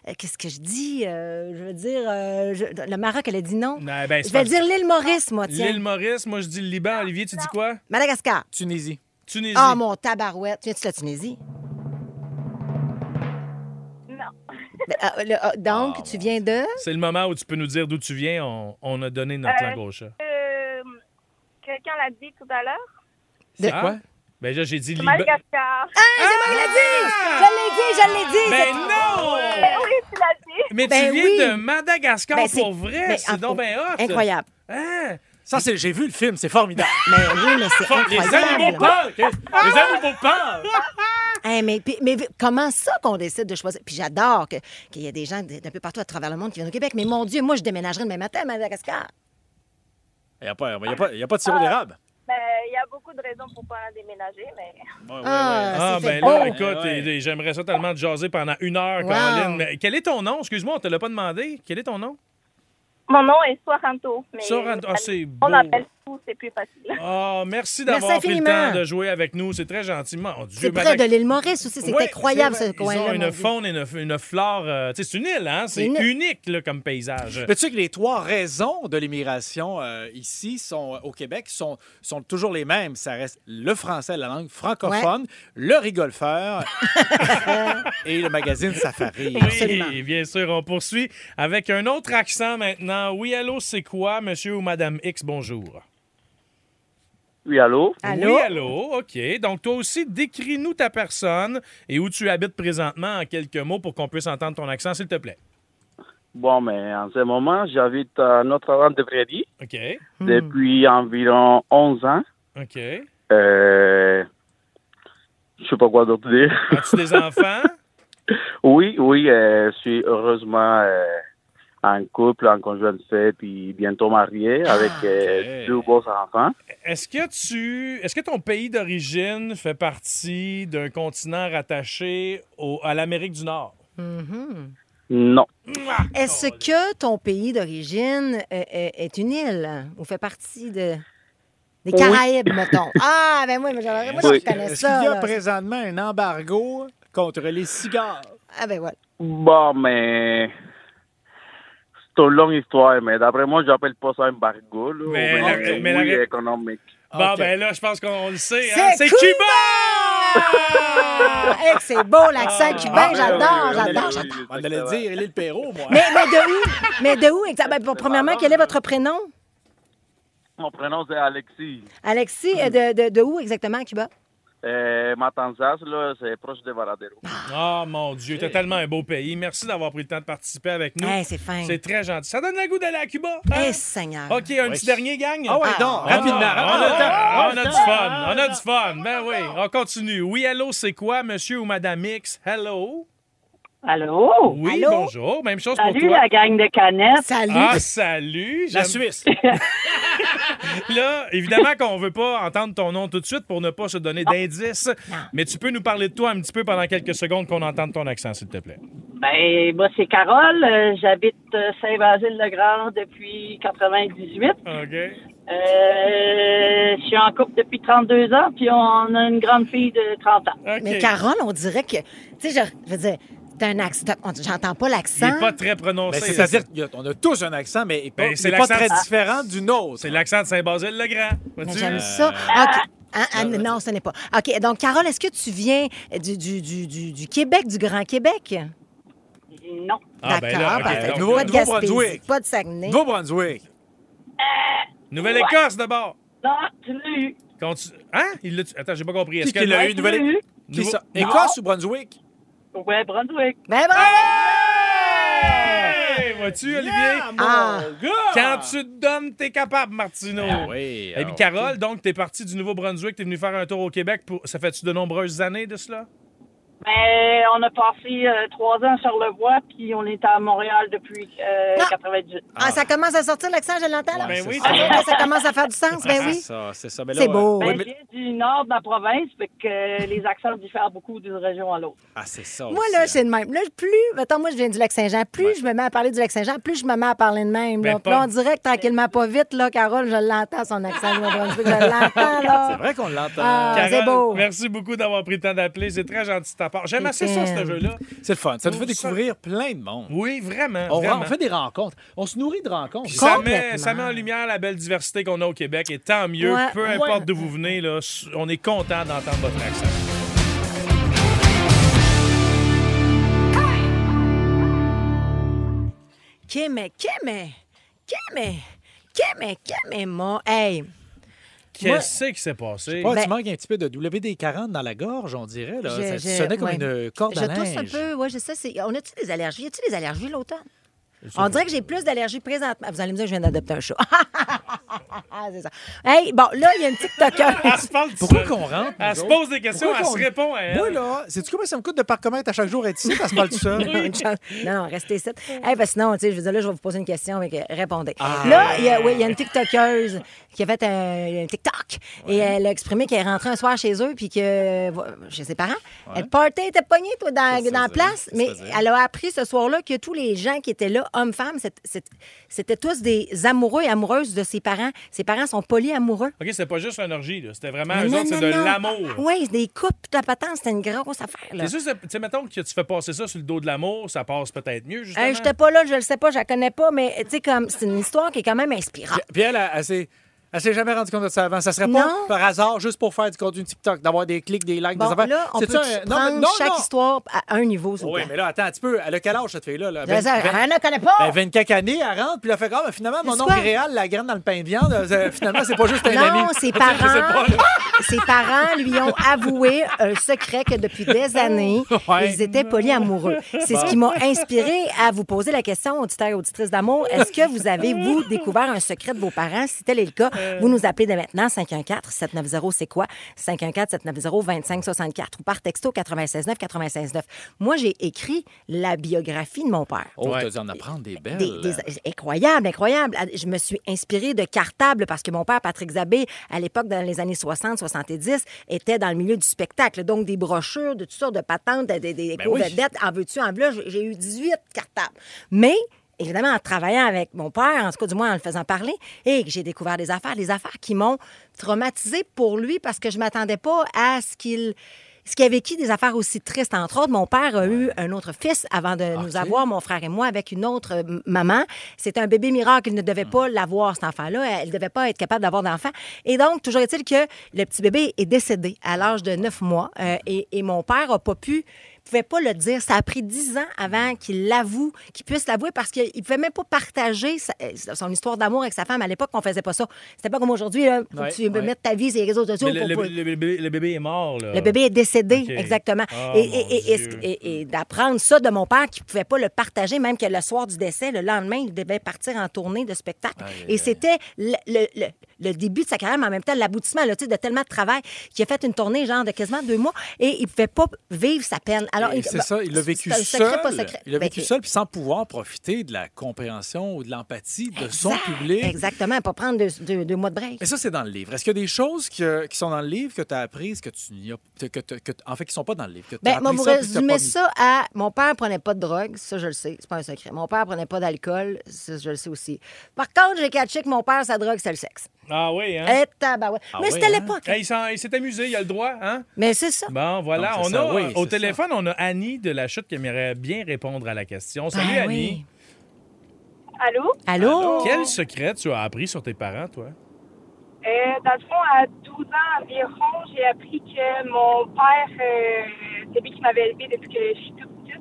E: Euh, Qu'est-ce que je dis? Euh, je veux dire, euh, je- le Maroc, elle a dit non.
C: Ouais, ben, c'est
E: je vais
C: pas-
E: dire l'île Maurice, moi, tiens.
C: L'île Maurice. Moi, je dis le Liban. Olivier, tu dis quoi?
E: Madagascar.
D: Tunisie.
C: Tunisie.
E: Ah, mon tabarouette. Tu viens-tu de la Tunisie?
J: Non.
E: Ben, ah, le- ah, donc, tu viens de.
C: C'est le moment où tu peux nous dire d'où tu viens. On, on a donné notre
J: Euh,
C: langue au chat.
J: Euh, Quelqu'un l'a dit tout à l'heure.
C: C'est quoi? Ben là, j'ai dit Liban.
J: Madagascar.
E: Ah, c'est moi qui l'ai dit! Je l'ai dit, je l'ai dit!
C: Ben
E: c'est-
C: non!
J: Mais oui, tu l'as dit.
C: Mais
E: Ben
C: tu viens
E: oui.
C: de Madagascar
E: Ben, c'est-
C: pour vrai.
E: ben, en-
C: c'est donc ben hot.
E: Incroyable.
C: Hein?
D: Ça, c'est- j'ai vu le film, c'est formidable.
E: Mais oui, mais c'est
C: Les animaux
E: incroyable.
C: parlent! Chris. Les animaux parlent!
E: Hey, Hein, mais, puis- mais comment ça qu'on décide de choisir? Puis j'adore que- qu'il y a des gens d'un peu partout à travers le monde qui viennent au Québec. Mais mon Dieu, moi, je déménagerais demain matin à Madagascar.
D: Il n'y a, pas- il y a pas- il y a pas de sirop d'érable.
J: Mais Il y a beaucoup de raisons pour pas la déménager, mais
D: Ouais, ouais, ouais.
E: Ah,
C: Ah,
E: c'est fait
C: ben là,
D: Oh!
E: beau.
C: écoute,
D: Ouais.
C: et- et j'aimerais ça tellement te jaser pendant une heure,
E: Wow.
C: Caroline. Mais quel est ton nom? Excuse-moi, on te l'a pas demandé. Quel est ton nom?
J: mon nom est Soranto. Mais
C: Soranto. Ah, c'est
J: On
C: beau.
J: appelle tout, c'est plus facile.
C: Ah,
E: Merci
C: merci d'avoir pris le
E: infiniment.
C: temps de jouer avec nous. C'est très gentiment. Oh, Dieu,
E: C'est près
C: Madag-
E: de l'île Maurice aussi. C'est
C: Ouais,
E: incroyable,
C: c'est
E: ce
C: vrai.
E: coin-là.
C: Ils ont
E: mon
C: une
E: Dieu.
C: faune et une, une flore. euh, tu sais, c'est une île, hein? C'est
E: une île.
C: unique là, comme paysage.
D: Mais tu sais que les trois raisons de l'immigration euh, ici sont, euh, au Québec sont, sont toujours les mêmes. Ça reste le français, la langue francophone, le rigolfeur et le magazine Safari.
C: Oui, bien sûr. On poursuit avec un autre accent maintenant. Oui, allô, c'est quoi, monsieur ou madame X? Bonjour.
K: Oui, allô?
E: Allô?
C: Oui, allô. OK. Donc, toi aussi, décris-nous ta personne et où tu habites présentement en quelques mots pour qu'on puisse entendre ton accent, s'il te plaplaît.
K: Bon, mais en ce moment, j'habite à Notre-Dame-de-Prairie
C: OK.
K: depuis environ 11 ans.
C: OK.
K: Euh, je sais pas quoi d'autre dire.
C: As-tu des enfants?
K: oui, oui, euh, je suis heureusement euh, en couple, en conjoint de fait, puis bientôt marié avec euh, deux beaux enfants.
C: Est-ce que tu. Est-ce que ton pays d'origine fait partie d'un continent rattaché au- à l'Amérique du Nord?
E: Mhm.
K: Non,
C: Ah,
E: Est-ce que ton pays d'origine euh, euh, est une île ou fait partie de... des
K: Oui.
E: Caraïbes, mettons? Ah, ben oui, mais j'aurais- moi,
K: Oui.
E: je connais
D: Est-ce qu'il y a
E: ça. là.
D: présentement un embargo contre les cigares?
E: Ah, ben voilà.
K: bon, mais c'est une longue histoire, mais d'après moi, j'appelle pas ça un bargo, là,
C: Mais
K: mais
C: la-
K: c'est
C: mais la-
K: oui, économique.
C: Bon,
D: Ah, OK.
C: ben là, je pense qu'on le sait.
E: C'est
C: hein? C'est
E: Cuba! Ah,
C: Cuba!
E: hey, c'est beau, l'accent
C: Ah,
E: cubain.
C: oui,
E: J'adore,
K: oui, oui,
E: j'adore,
K: oui,
E: j'adore.
K: oui,
D: On allait dire, il est le Pérou, moi.
E: Mais, Eh, mais de où? Mais de où? exact- ben, bon, premièrement, quel est votre prénom?
K: Mon prénom, c'est Alexis.
E: Alexis, euh, de, de- de où exactement, à Cuba?
K: Euh, Matanzas, là, c'est proche de Varadero.
C: Ah, mon Dieu, t'as tellement un beau pays. Merci d'avoir pris le temps de participer avec nous.
E: Hey, Eh, c'est fin.
C: C'est très gentil. Ça donne le goût d'aller à Cuba.
E: Eh,
C: hein?
E: Seigneur.
C: OK, un
D: Oui.
C: petit dernier, gang.
D: Ah ouais, donc,
C: Ah,
D: rapidement.
C: on a-
D: Ah,
C: on a du fun, on a du fun. Ben oui, on continue. Oui, allô, c'est quoi, monsieur ou madame X? Hello?
L: Allô?
C: Oui,
L: Allô?
C: bonjour. Même chose
L: Salut
C: pour toi.
L: la gang de canettes. Salut.
C: Ah, salut!
L: La
C: Suisse! Là, évidemment qu'on veut pas entendre ton nom tout de suite pour ne pas se donner d'indices, mais tu peux nous parler de toi un petit peu pendant quelques secondes qu'on entende ton accent, s'il te plaît.
L: Ben, moi, c'est Carole. Euh, J'habite euh, Saint-Basile-le-Grand depuis 98. Euh, je suis en couple depuis 32 ans, puis on a une grande fille de 30 ans.
E: Mais Carole, on dirait que. Tu sais, je, je veux dire, t'as un accent. t'as- on- J'entends pas l'accent.
C: très prononcé.
D: Ben, C'est-à-dire qu'on a tous un accent, mais il est pas,
C: Ben,
D: il est pas très
C: de-
D: différent. d'une autre.
C: C'est l'accent de Saint-Basile-le-Grand.
E: Mais
C: Vois-tu?
E: J'aime
K: Euh.
E: ça. OK. Hein, hein, non, ce n'est pas. OK. Donc, Carole, est-ce que tu viens du, du, du, du, du Québec, du Grand Québec?
L: Non.
C: Ah, ben là,
E: D'accord,
C: ok,
E: parfait.
C: donc,
E: Pas de
C: nouveau-
E: Gaspésie,
C: Nouveau-Brunswick.
E: pas de Saguenay.
C: Nouveau-Brunswick. Nouvelle-Écosse, d'abord.
L: Non, tu l'as eu.
C: Contu- Hein? Il l'a- Attends, j'ai pas compris.
D: Qui qui l'a eu, Nouvelle-
C: Nouveau-
D: Qui ça?
C: Non.
D: Écosse ou Brunswick?
L: Ouais, Brunswick.
E: Ben,
C: Ah! Hey, Vois-tu, Olivier? Quand tu te donnes, t'es capable, Martino.
D: Ah oui.
C: Et puis, Carole, donc, t'es partie du Nouveau-Brunswick, t'es venue faire un tour au Québec. Pour... Ça fait-tu de nombreuses années de cela?
L: Ben, on a passé euh, trois ans sur le bois, puis on est à Montréal depuis euh, 98.
E: Ah, ça commence à sortir l'accent, je l'entends, là?
L: Ouais, ben oui,
E: Ah,
L: c'est ça.
E: ben, ça commence à faire du sens, ben oui.
D: ça, c'est ça. Ah Mais
E: C'est beau.
L: Ben,
E: Oui, mais-
L: je viens du nord de la province, fait que euh, les accents diffèrent beaucoup d'une région à l'autre.
D: Ah, c'est ça.
E: Moi, là, c'est de même. Là, plus, mettons, moi, je viens du Lac-Saint-Jean. Plus je me mets à parler du Lac-Saint-Jean, plus je me mets à parler de même.
D: Ben,
E: là.
D: pas-
E: Là, on dirait que tranquillement, pas vite, là, Carole, je l'entends, son accent. du Nouveau-Brunswick. je l'entends, là.
D: C'est vrai qu'on l'entend.
E: Ah, c'est
C: Carole,
E: beau.
C: Merci beaucoup d'avoir pris le temps d'appeler. C'est très gentil de ta part. J'aime assez ça, ce jeu-là.
D: C'est le fun. Ça nous fait
C: Trouve ça-
D: découvrir plein de monde.
C: Oui, vraiment.
D: On,
C: vraiment.
D: on fait des rencontres. On se nourrit de rencontres.
C: Puis ça met, ça met en lumière la belle diversité qu'on a au Québec et tant mieux,
D: Ouais,
C: peu
D: ouais.
C: importe d'où vous venez, là, s- on est content d'entendre votre accent.
E: Keme, keme, keme, keme, keme, mon. Hey! Moi-
C: Qu'est-ce qui s'est passé?
D: Ouais,
E: Ben-
D: tu manques un petit peu de WD-40 dans la gorge, on dirait. Là.
E: Je-
D: ça
E: je-
D: sonnait comme
E: ouais.
D: une euh, corde
E: Je
D: à linge.
E: tousse un peu, oui, j'ai ça. c'est- On a-tu des allergies? Y a-tu des allergies l'automne?
D: sais
E: On
D: pas.
E: dirait que j'ai plus d'allergies présentement. Vous allez me dire que je viens d'adopter un chat. c'est ça. Hey, bon, là, il y a une TikToker.
C: Elle se parle
D: Pourquoi qu'on rentre?
C: Elle
D: nous
C: se
D: autres?
C: pose des questions,
D: Pourquoi
C: elle
D: qu'on-
C: se répond à elle.
D: Moi, là, sais-tu comment ça me coûte de parcommettre à chaque jour être ici? Ça se parle tout seul.
E: non, une chance. non, non, restez ici. Hey, parce que sinon, tu sais, je veux dire, là, je vais vous poser une question, mais que- répondez.
D: Ah.
E: Là, il y, a, oui, il y a une TikTokeuse qui a fait un, un TikTok et elle a exprimé qu'elle est rentrée un soir chez eux puis que, vo- chez ses parents, elle partait, était pognée, toi, dans, dans la place, mais elle a appris ce soir-là que tous les gens qui étaient là, hommes-femmes, c'est- c'est- c'était tous des amoureux et amoureuses de ses parents. Ses parents sont polyamoureux.
C: OK, c'était pas juste une orgie, là. C'était vraiment,
E: Mais
C: eux
E: non,
C: autres, c'est de
E: non, non.
C: l'amour.
E: Oui, c'est des couples, toute la patente, c'était une grosse affaire, là.
C: C'est juste, tu sais, mettons que tu fais passer ça sur le dos de l'amour, ça passe peut-être mieux, justement.
E: Hey, J'étais pas là, je le sais pas, je la connais pas, mais tu sais, comme c'est une histoire qui est quand même inspirante.
D: Puis elle, elle, elle s'est- elle s'est jamais rendue compte de ça avant. Ça serait pas
E: Non.
D: par hasard juste pour faire du contenu TikTok, d'avoir des clics, des likes,
E: Bon,
D: des affaires.
E: là, on peut
D: C'est-tu un- non, mais-
E: prendre
D: non,
E: chaque
D: non.
E: histoire à un niveau, s'il vous
D: Oui,
E: plaît.
D: mais là, attends un petit peu. Elle a quel âge, cette fille-là? là?
E: Je veux dire, elle ne connaît pas.
D: ben, 24 années, elle rentre, puis elle fait Ah, ben, finalement, mon
E: C'est
D: oncle
E: quoi?
D: réel, la graine dans le pain de viande, euh, finalement, c'est pas juste un
E: non,
D: ami.
E: ses
D: Je sais pas,
E: parents,
D: là.
E: ses parents lui ont avoué un secret que depuis des années,
D: Ouais.
E: ils étaient polyamoureux. C'est ce qui
D: Bon.
E: m'a inspiré à vous poser la question, auditeur et auditrice d'amour. Est-ce que vous avez, vous, découvert un secret de vos parents? Si tel est le cas,
D: Euh.
E: vous nous appelez dès maintenant, 514-790, c'est quoi? 514-790-2564 ou par texto 969 969. Moi, j'ai écrit la biographie de mon père.
D: Oh, t'as dû en apprendre des belles.
E: Des- des- incroyable, incroyable. Je me suis inspirée de cartables parce que mon père, Patrick Zabé, à l'époque, dans les années 60, 70, était dans le milieu du spectacle. Donc, des brochures, de toutes sortes de patentes, des, des- des
M: Ben
E: cours
M: oui.
E: de dette, en veux-tu, en v'là. J'ai- J'ai eu 18 cartables. Mais... Évidemment, en travaillant avec mon père, en tout cas du moins en le faisant parler, et que j'ai découvert des affaires, des affaires qui m'ont traumatisée pour lui parce que je m'attendais pas à ce qu'il ce qu'il a vécu des affaires aussi tristes. Entre autres, mon père a eu un autre fils avant de nous avoir, mon frère et moi, avec une autre euh, m- maman. C'est un bébé miracle. Il ne devait pas l'avoir, cet enfant-là. Elle ne devait pas être capable d'avoir d'enfant. Et donc, toujours est-il que le petit bébé est décédé à l'âge de 9 mois euh, et, et mon père n'a pas pu pouvait pas le dire. Ça a pris dix ans
C: Mm.
E: avant qu'il l'avoue, qu'il puisse l'avouer parce qu'il ne pouvait même pas partager sa- euh, son histoire d'amour avec sa femme. À l'époque, on faisait pas ça. C'était pas comme aujourd'hui. là, faut que
C: Ouais,
E: tu
C: ouais.
E: mettre ta vie sur les réseaux sociaux.
C: Mais le,
E: pour-
C: le-
E: pour-
C: le- le bébé, le bébé est mort, là.
E: le bébé est décédé,
C: OK.
E: exactement.
D: Oh,
C: Ah,
E: et
C: mon
E: et- et- et- et d'apprendre ça de mon père qui ne pouvait pas le partager, même que le soir du décès, le lendemain, il devait partir en tournée de spectacle. et c'était le, le- le- le début de sa carrière, mais en même temps l'aboutissement là, tu sais, de tellement de travail qu'il a fait une tournée genre de quasiment deux mois et il pouvait pas vivre sa peine. Alors,
D: Et
E: il-
D: c'est
E: bah,
D: ça, il l'a vécu
E: c'est un secret,
D: seul.
E: pas secret.
D: Il l'a
E: Ben,
D: vécu seul puis sans pouvoir profiter de la compréhension ou de l'empathie de son
E: exact,
D: public.
E: Exactement, pas prendre deux, deux- deux mois de break.
D: Mais ça, c'est dans le livre. Est-ce qu'il y a des choses que- qui sont dans le livre que tu as apprises, que tu n'y as. Que, t'as- que t'- en fait, qui ne sont pas dans le livre? Que t'as
E: Ben, moi,
D: appris
E: vous
D: ça, puis que t'as pas
E: résumez
D: mis?
E: ça à mon père prenait pas de drogue, ça je le sais, c'est pas un secret. Mon père prenait pas d'alcool, ça je le sais aussi. Par contre, j'ai catché que mon père sa drogue c'était le sexe.
C: Ah oui, hein?
E: Eh, tabarouette.
C: Ah
E: mais
C: oui,
E: c'était
C: hein?
E: l'époque.
C: Eh, il s'en- il s'est amusé, il a le droit, hein?
E: Mais c'est ça.
C: Bon, voilà.
E: Non,
C: On
E: c'est ça,
C: a,
E: oui,
C: euh, au téléphone, on a Annie de la Chute qui aimerait bien répondre à la question. Salut,
E: Ben Oh.
C: Annie.
J: Allô?
C: Quel secret tu as appris sur tes parents, toi?
J: Euh, dans le fond, à 12 ans environ, j'ai appris que mon père, euh, c'est lui qui m'avait élevé depuis que je suis toute petite,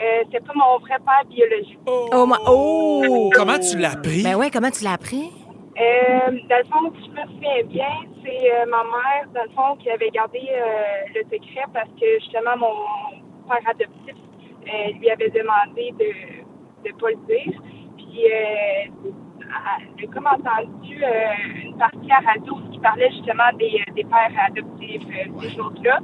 J: euh, c'est pas mon vrai père biologique.
E: Oh, ma- oh!
D: Comment tu l'as appris?
E: Ben ouais, comment tu l'as appris?
J: Euh, dans le fond, si je me souviens bien, c'est euh, ma mère, dans le fond, qui avait gardé euh, le secret parce que justement, mon père adoptif euh, lui avait demandé de ne pas le dire. Puis, euh, à- j'ai comme entendu euh, une partie à radio qui parlait justement des, euh, des pères adoptifs, euh, ces choses-là.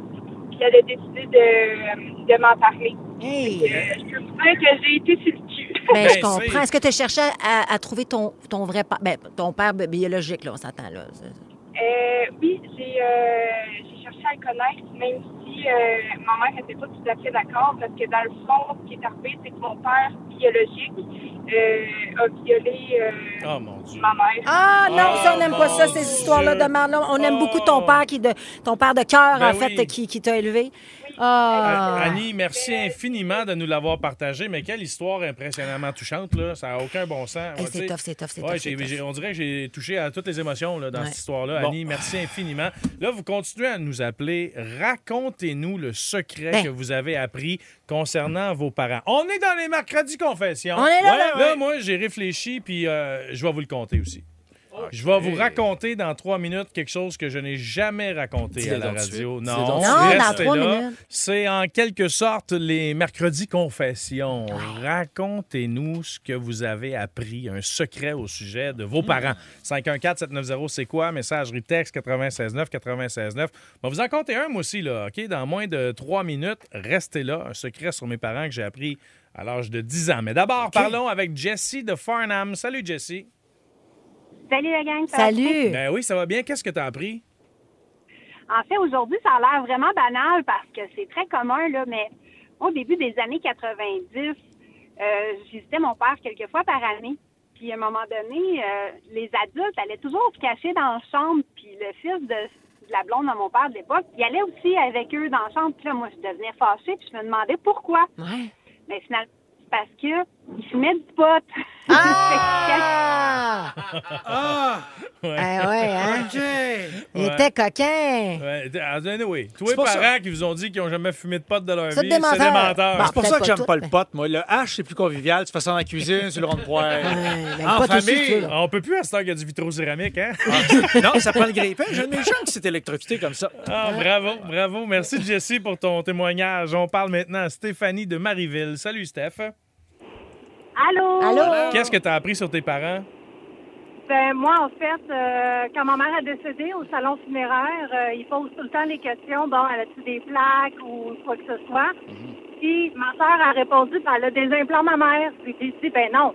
J: Puis, elle a décidé de, de m'en parler. Fait que, euh, je peux euh, vous dire que j'ai été sur le cul.
E: Ben, je comprends. Est-ce que tu cherchais à, à trouver ton, ton vrai père? Ben, ton père bi- biologique, là, on s'entend, là.
J: Euh, oui, j'ai euh, j'ai cherché à le connaître, même si euh, ma mère n'était pas tout à fait d'accord, parce que dans le fond, ce qui est arrivé, c'est que mon père biologique euh, a violé euh,
E: Oh,
J: ma mère.
E: Ah non, ça, on n'aime pas ça, ces histoires-là de merde. là. On aime beaucoup ton père, qui de, ton père de cœur,
C: Ben
E: en fait,
C: oui.
E: qui, qui t'a élevé.
C: Ah,
E: Ah.
C: Annie, merci infiniment de nous l'avoir partagé, mais quelle histoire impressionnamment touchante, là. Ça n'a aucun bon sens.
E: Hey,
C: Ouais,
E: c'est
C: tu sais.
E: tough, c'est tough, c'est
C: Ouais,
E: tough,
C: j'ai-
E: c'est tough.
C: j'ai- On dirait que j'ai touché à toutes les émotions là, dans
E: Ouais.
C: cette histoire-là.
E: Bon.
C: Annie, merci infiniment. Là, vous continuez à nous appeler. Racontez-nous le secret
E: Ben.
C: que vous avez appris concernant vos parents. On est dans les mercredis confessions.
E: On est là, là.
C: Là, moi, j'ai réfléchi, puis euh, je vais vous le compter aussi. Je vais vous raconter dans trois minutes quelque chose que je n'ai jamais raconté
D: Dis-le
C: à la
D: donc tout de
C: radio.
D: suite.
C: Non,
D: Dis-le donc tout
E: de suite. Non, dans
C: restez
E: trois
C: là.
E: minutes.
C: C'est en quelque sorte les mercredis confessions.
D: Ah.
C: Racontez-nous ce que vous avez appris, un secret au sujet de vos parents.
D: Hmm.
C: 514-790, c'est quoi? Messagerie texte 969 969. Je vais vous en compter un, moi aussi, là, OK? Dans moins de trois minutes, restez là. Un secret sur mes parents que j'ai appris à l'âge de 10 ans. Mais d'abord, parlons avec Jessie de Farnham. Salut, Jessie.
M: Salut la gang. ça va bien?
C: Ben oui, ça va bien. Qu'est-ce que t'as appris?
M: En fait, aujourd'hui, ça a l'air vraiment banal parce que c'est très commun, là, mais au début des années 90, euh, je visitais mon père quelques fois par année. Puis à un moment donné, euh, les adultes allaient toujours se cacher dans la chambre. Puis le fils de, de la blonde de mon père de l'époque, il allait aussi avec eux dans la chambre. Puis là, moi, je devenais fâchée. Puis je me demandais pourquoi. Mais finalement, c'est parce que il fumait du pot. Ah!
D: Ah!
C: Ouais.
E: Ah ouais, hein?
D: Ben,
E: Il
C: Ouais.
E: était coquin.
C: Ouais, t- Euh, anyway, tous
D: C'est
C: les
D: pas
C: parents
D: ça.
C: qui vous ont dit qu'ils n'ont jamais fumé de potes de leur
E: C'est
C: vie,
E: des menteurs.
C: c'est des menteurs.
E: Bon,
D: C'est pour ça
E: peut-être
D: que
E: pas
D: j'aime
E: toutes,
D: pas le pot, moi. Le H, c'est plus convivial. Tu fais ça dans la cuisine, sur le rond de Ah. poire.
E: le
D: en
E: pot aussi,
D: famille.
E: tu sais, là.
C: Ah, On peut plus à cette heure qu'il y a du vitrocéramique, hein?
D: non, ça prend le grille-pain. J'ai un de mes chums qui s'est électrocuté comme ça.
C: Ah, bravo, bravo. Merci, Jessie, pour ton témoignage. On parle maintenant à Stéphanie de Marieville. Salut, Steph.
M: Allô?
C: Qu'est-ce que t'as appris sur tes parents?
M: Ben, moi, en fait, euh, quand ma mère a décédé au salon funéraire, euh, ils posent tout le temps les questions, bon, elle a-tu des plaques ou quoi que ce soit. Puis ma soeur a répondu, ben, elle a des implants, ma mère. Puis j'ai dit, ben non.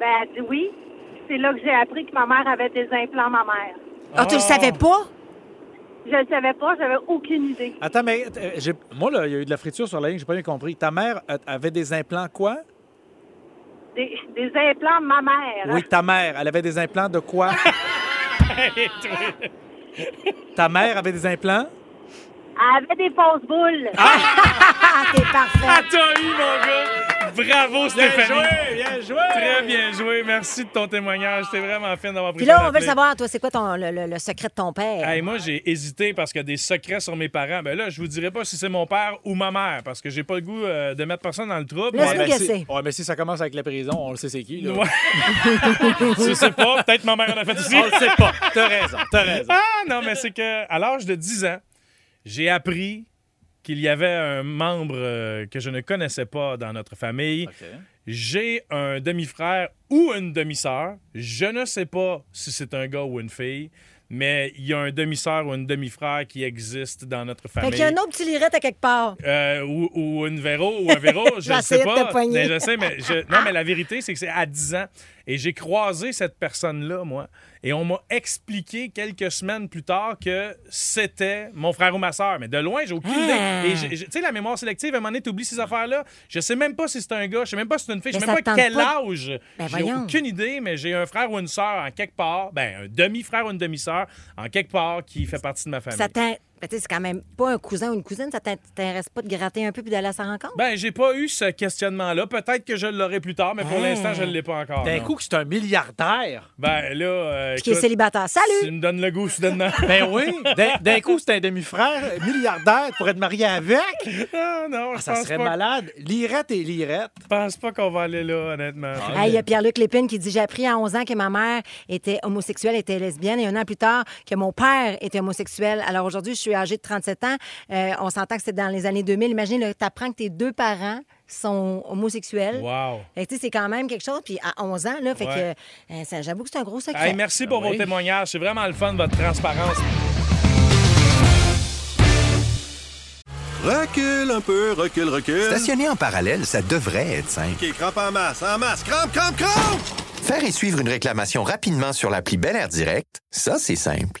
M: Ben, elle a dit oui. Puis C'est là que j'ai appris que ma mère avait des implants, ma mère.
E: Ah,
C: Oh.
E: tu le savais pas?
M: Je ne savais pas, j'avais aucune idée.
D: Attends, mais euh, j'ai- moi, là, il y a eu de la friture sur la ligne, j'ai pas bien compris. Ta mère euh, avait des implants quoi?
M: Des, des implants, ma mère.
D: Oui, ta mère, elle avait des implants de quoi? ta mère avait des implants?
M: Elle avait des fausses boules.
E: Ah, T'es parfait.
C: Attends, eu, mon gars! Bravo, Stéphanie!
D: joué, bien joué!
C: Très bien joué. Merci de ton témoignage. C'était vraiment fin d'avoir pris
E: Puis
C: le temps
E: là, on veut le
C: d'appeler.
E: savoir, toi, c'est quoi ton, le, le- le secret de ton père?
C: Hey, moi, j'ai hésité parce que des secrets sur mes parents. Ben là, je vous dirai pas si c'est mon père ou ma mère parce que j'ai pas le goût euh, de mettre personne dans le trouble.
D: Ouais,
C: mais-
D: ben, si- ouais, mais si ça commence avec la prison, on le sait c'est qui. Là.
C: Ouais. Je sais pas, peut-être ma mère en a fait aussi.
D: On le sait pas. T'as raison, t'as raison.
C: Ah non, mais c'est que à l'âge de 10 ans, j'ai appris qu'il y avait un membre euh, que je ne connaissais pas dans notre famille. J'ai un demi-frère ou une demi-sœur. Je ne sais pas si c'est un gars ou une fille, mais il y a un demi-sœur ou une demi-frère qui existe dans notre
E: Fait
C: famille.
E: qu'il y a un autre petit lirette à quelque part.
C: Euh, ou, ou une Véro ou un Véro,
E: Je
C: je
E: vais
C: ne sais
E: essayer de
C: pas.
E: te poigner.
C: Mais je sais, mais je- non, mais la vérité, c'est que c'est à 10 ans. Et j'ai croisé cette personne-là, moi. Et on m'a expliqué quelques semaines plus tard que c'était mon frère ou ma sœur. Mais de loin, j'ai aucune idée.
N: Ah.
C: Et j'ai- j'ai- tu sais, la mémoire sélective, à un moment donné, t'oublies ces affaires-là. Je sais même pas si c'est un gars, je sais même pas si c'est une fille, je
N: Mais
C: sais
N: ça
C: même
N: te
C: pas
N: tente
C: quel
N: pas.
C: âge.
N: Ben
C: j'ai
N: voyons.
C: aucune idée, mais j'ai un frère ou une sœur en quelque part, ben un demi-frère ou une demi-sœur en quelque part qui fait partie de ma famille.
E: Ça t'in- ben, tu sais, c'est quand même pas un cousin ou une cousine. Ça t'in- t'intéresse pas de gratter un peu puis d'aller à sa rencontre?
C: Ben, j'ai pas eu ce questionnement-là. Peut-être que je l'aurai plus tard,
D: Ah.
C: mais pour
E: Hein.
C: l'instant, je ne l'ai pas encore.
D: D'un
C: non.
D: coup que c'est un milliardaire.
C: Ben là. euh,
E: Puis qui est
C: écoute,
E: célibataire. Salut!
C: Tu me donnes le goût soudainement.
D: Ben oui, d'un- d'un coup, c'est un demi-frère milliardaire pour être marié avec.
C: Ah non,
D: ça
C: je pense
D: serait
C: pas.
D: malade. Lirette et lirette.
C: Je pense pas qu'on va aller là, honnêtement.
E: Hey, Il y a Pierre-Luc Lépine qui dit J'ai appris à 11 ans que ma mère était homosexuelle, était lesbienne, et un an plus tard que mon père était homosexuel. Alors aujourd'hui, je suis âgée de 37 ans. Euh, on s'entend que c'est dans les années 2000. Imagine, tu apprends que tes deux parents sont homosexuels.
C: Wow.
E: Fait que, tu sais, c'est quand même quelque chose. Puis à 11 ans, là, fait
C: Ouais.
E: que euh, ça- j'avoue que c'est un gros secret.
D: Ah,
C: Hey,
D: ben
C: merci pour vos témoignages. C'est vraiment le fun, votre transparence.
I: Recule un peu, recule, recule. Stationner en parallèle, ça devrait être simple.
H: OK, crampe en masse, en masse, crampe, crampe, crampe!
I: Faire et suivre une réclamation rapidement sur l'appli Bel Air Direct, ça, c'est simple.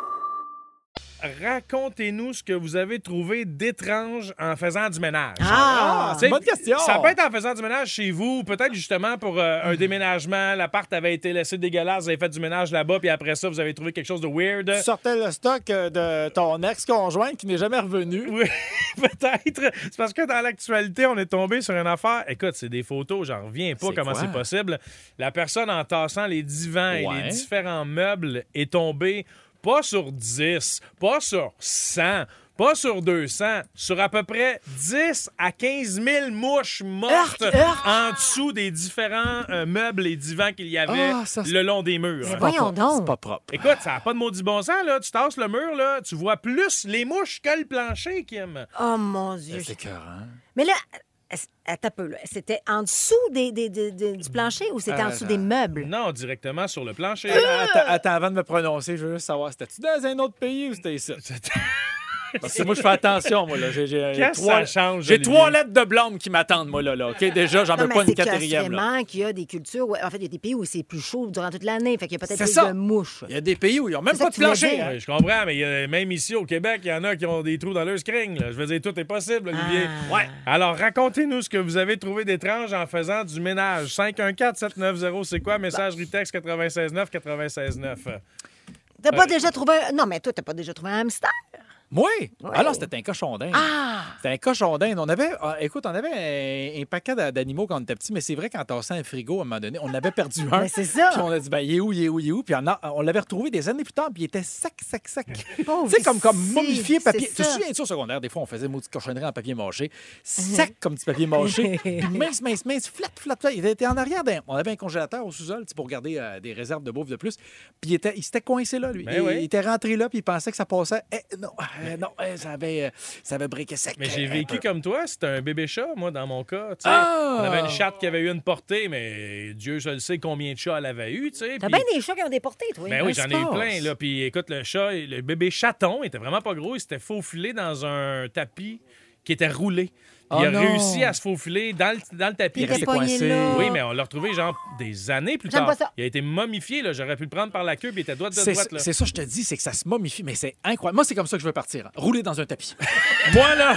C: Racontez-nous ce que vous avez trouvé d'étrange en faisant du ménage.
D: Ah,
C: Tu sais,
D: bonne question.
C: Ça peut être en faisant du ménage chez vous, peut-être justement pour euh,
D: Hmm.
C: un déménagement, l'appart avait été laissé dégueulasse, vous avez fait du ménage là-bas, puis après ça, vous avez trouvé quelque chose de weird.
D: Tu sortais le stock euh, de ton ex-conjoint qui n'est jamais revenu.
C: Oui, peut-être. C'est parce que dans l'actualité, on est tombé sur une affaire. Écoute, c'est des photos, j'en reviens pas
D: C'est
C: comment
D: quoi?
C: c'est possible. La personne en tassant les divans et
D: Ouais.
C: les différents meubles est tombée pas sur 10, pas sur 100, pas sur 200, sur à peu près 10 à 15 000 mouches mortes
D: Urk, urk.
C: en dessous des différents euh, meubles et divans qu'il y avait
D: Ah, ça, c'est-
C: le long des murs.
D: C'est
C: hein.
D: pas propre. C'est pas propre.
C: Écoute, ça n'a pas de maudit bon sens, là. Tu tasses le mur, là, tu vois plus les mouches que le plancher, Kim.
E: Oh mon Dieu.
D: C'est écœurant.
E: Mais là, attends un peu, là. C'était en dessous des, des- des- des- du plancher ou c'était en dessous des meubles?
C: Non, directement sur le plancher.
D: Euh, Attends, attends, avant de me prononcer, je veux juste savoir, c'était-tu dans un autre pays ou c'était ici? Parce que moi, je fais attention, moi, là. J'ai- J'ai
C: Qu'est-ce que ça
D: trois,
C: change,
D: j'ai
C: Olivier?
D: trois lettres de blonde qui m'attendent, moi, là. là. OK, déjà, j'en veux
E: Non, mais
D: Ah, pas une
E: c'est que
D: quatrième, là.
E: vraiment qu'il y a des cultures, où- en fait, il y a des pays où c'est plus chaud durant toute l'année. Fait qu'il y a peut-être
D: C'est
E: plus
D: ça.
E: de mouches.
D: Il y a des pays où ils ont même
E: C'est ça
D: pas de
E: que tu voulais
D: plancher.
E: dire.
D: hein.
C: Ouais, Euh, je comprends, mais il y a- même ici au Québec, il y en a qui ont des trous dans leur screen. là. Je veux dire, tout est possible, Olivier.
E: Ah.
C: Ouais. Alors, racontez-nous ce que vous avez trouvé d'étrange en faisant du ménage. 514-790, c'est
E: Bah.
C: quoi? Messagerie texte 969 969.
E: T'as pas
C: Euh,
E: déjà trouvé. un- Non, mais toi, t'as pas déjà trouvé un hamster?
D: Moi? Alors, c'était un cochon d'Inde.
E: Ah!
D: C'était un cochon d'Inde. On avait, ah, écoute, on avait un, un paquet d'a- d'animaux quand on était petit, mais c'est vrai qu'en tassant un frigo, à un moment donné, on en avait perdu un.
E: Mais c'est ça.
D: Puis on a dit, ben, il est où, il est où, il est où? Puis on, a- on l'avait retrouvé des années plus tard, puis il était sec, sec, sec. tu sais, comme, comme momifié
E: c'est
D: papier. Tu te
E: ça.
D: souviens-tu au secondaire, des fois, on faisait une maudite cochonnerie en papier mâché.
E: Uh-huh.
D: Sec comme du papier mâché. Puis mince, mince, mince, flat, flat, flat. Il était en arrière d'un. On avait un congélateur au sous-sol, tu sais, pour garder euh, des réserves de bouffe de plus. Puis il, était, il s'était coincé là, lui.
C: Ben
D: il,
C: oui.
D: il était rentré là, puis il pensait que ça passait. Eh, non, eh, non, eh, ça avait, euh, ça avait briqué sec. Eh, euh,
C: Mais
E: Eh,
C: j'ai
D: Un
C: vécu
D: peu.
C: comme toi, c'était un bébé chat, moi, dans mon cas. tu sais.
E: Oh!
D: Ah!
C: On avait une chatte qui avait eu une portée, mais Dieu seul sait combien de chats elle avait eu, tu sais.
E: T'as
C: puis-
E: bien des chats qui ont des portées, toi.
C: Ben oui, j'en ai eu
E: Sport.
C: plein. Là. Puis écoute, le chat, le bébé chaton, il était vraiment pas gros. Il s'était faufilé dans un tapis qui était roulé. Puis
D: Oh
C: il a
D: non.
C: réussi à se faufiler dans le, dans le tapis.
D: Il était pogné là.
C: Oui, mais on l'a retrouvé genre des années plus
D: J'aime
C: tard.
D: pas ça.
C: Il a été momifié. là. J'aurais pu le prendre par la queue, puis il était droite de
D: C'est
C: droite. Là.
D: c'est ça, je te dis, c'est que ça se momifie, mais c'est incroyable. Moi, c'est comme ça que je veux partir. hein. Rouler dans un tapis. Moi, là,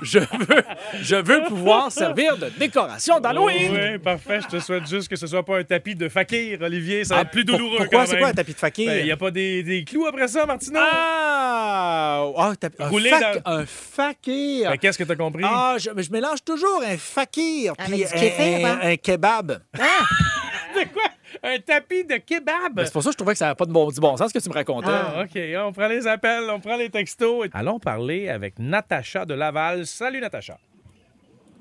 D: je veux, je veux pouvoir servir de décoration d'Halloween.
C: Oui, Oh, parfait. Je te souhaite juste que ce soit pas un tapis de fakir, Olivier. Ça va
D: Ah,
C: être plus
D: pour-
C: douloureux.
D: pourquoi?
C: quand
D: C'est
C: même.
D: quoi un tapis de fakir?
C: Ben, Il n'y a pas des, des clous après ça, Martino?
D: Ah! Ah, t'as- un,
C: Rouler
D: fac-
C: dans-
D: un fakir.
C: Ben, Qu'est-ce que t'as compris?
D: Ah, je, mais je mélange toujours un fakir puis
C: du kéfir,
D: un,
C: hein?
D: un kebab.
C: C'est quoi? Un tapis de kebab?
D: Ben, c'est pour ça que je trouvais que ça n'avait pas de bon, du bon sens ce que tu me racontais.
C: Ah, OK. On prend les appels, on prend les textos. Allons parler avec Natacha de Laval. Salut, Natacha.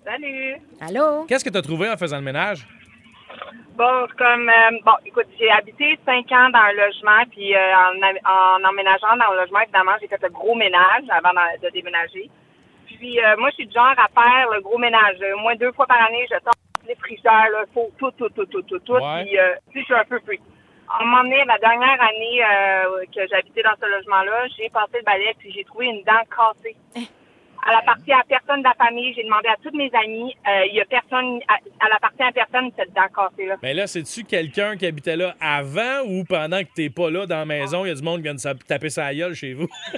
J: Salut!
E: Allô?
C: Qu'est-ce que tu as trouvé en faisant le ménage?
J: Bon, comme euh, bon, écoute, j'ai habité cinq ans dans un logement, puis euh, en, en emménageant dans le logement, évidemment, j'ai fait le gros ménage avant d'en- de déménager. Puis Puis euh, moi, je suis du genre à faire le gros ménage. Euh, Moi, deux fois par année, je sors les frigidaires, là, faut tout, tout, tout, tout, tout, tout.
N: Ouais.
J: Puis euh, tu sais, je suis un peu free. À un moment donné, la dernière année euh, que j'habitais dans ce logement-là, j'ai passé le balai puis j'ai trouvé une dent cassée. Elle appartient à personne de la famille. J'ai demandé à toutes mes amies. euh, Il y a personne. Elle appartient à personne cette dent cassée-là.
C: Mais Ben là, c'est-tu quelqu'un qui habitait là avant ou pendant que t'es pas là dans la maison, il y a du monde qui vient de sa- taper sa gueule chez vous?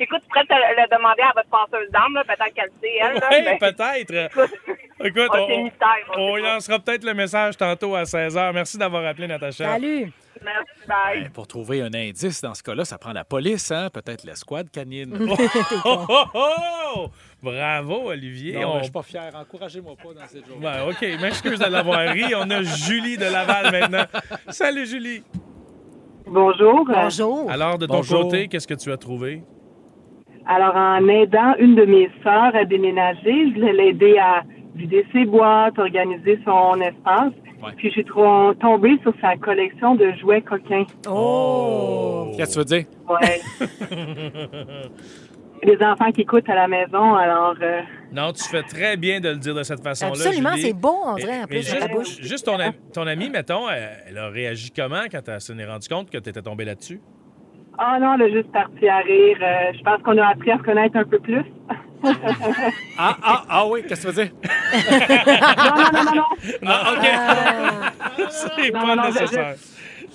J: Écoute, tu pourrais te le le demander à votre passeuse d'âme, là, peut-être qu'elle sait, elle. Là,
C: Ouais,
J: mais-
C: peut-être. Ah, ben, Écoute,
J: Ah, c'est
C: on,
J: mystère, on
C: on lancera peut-être le message tantôt à 16h. Merci d'avoir appelé, Natacha.
E: Salut.
J: Merci, bye.
D: Ben, pour trouver un indice, dans ce cas-là, ça prend la police, hein? peut-être l'escouade canine.
C: Oh, oh, oh, oh! Bravo, Olivier.
D: Non, mais
C: On-
D: je suis pas fier. Encouragez-moi pas dans cette journée.
C: Ben, OK, mais excuse de l'avoir ri. On a Julie de Laval maintenant. Salut, Julie.
O: Bonjour.
E: Bonjour.
C: Alors, de ton
O: Bonjour.
C: côté, qu'est-ce que tu as trouvé?
O: Alors, en aidant une de mes sœurs à déménager, je voulais l'aider à vider ses boîtes, organiser son espace. Puis, j'ai tro- tombé sur sa collection de jouets coquins.
D: Oh! Qu'est-ce que tu veux dire?
O: Ouais. Les enfants qui écoutent à la maison, alors... euh,
C: Non, tu fais très bien de le dire de cette façon-là.
E: Absolument,
C: Julie.
E: c'est beau, on dirait, en
C: Mais
E: plus, dans
C: juste,
E: la bouche. Ah.
C: juste ton, ami, ton amie, mettons, elle, elle a réagi comment quand elle s'en est rendue compte que tu étais tombé là-dessus?
O: Ah non, elle a juste parti à rire. Euh, je pense qu'on a appris à se connaître un peu plus.
D: Ah, ah, ah oui, qu'est-ce que tu veux dire?
O: non, non, non, non, non.
C: Ah,
O: OK.
C: C'est
O: Non,
C: pas
O: non, non, je-
C: nécessaire.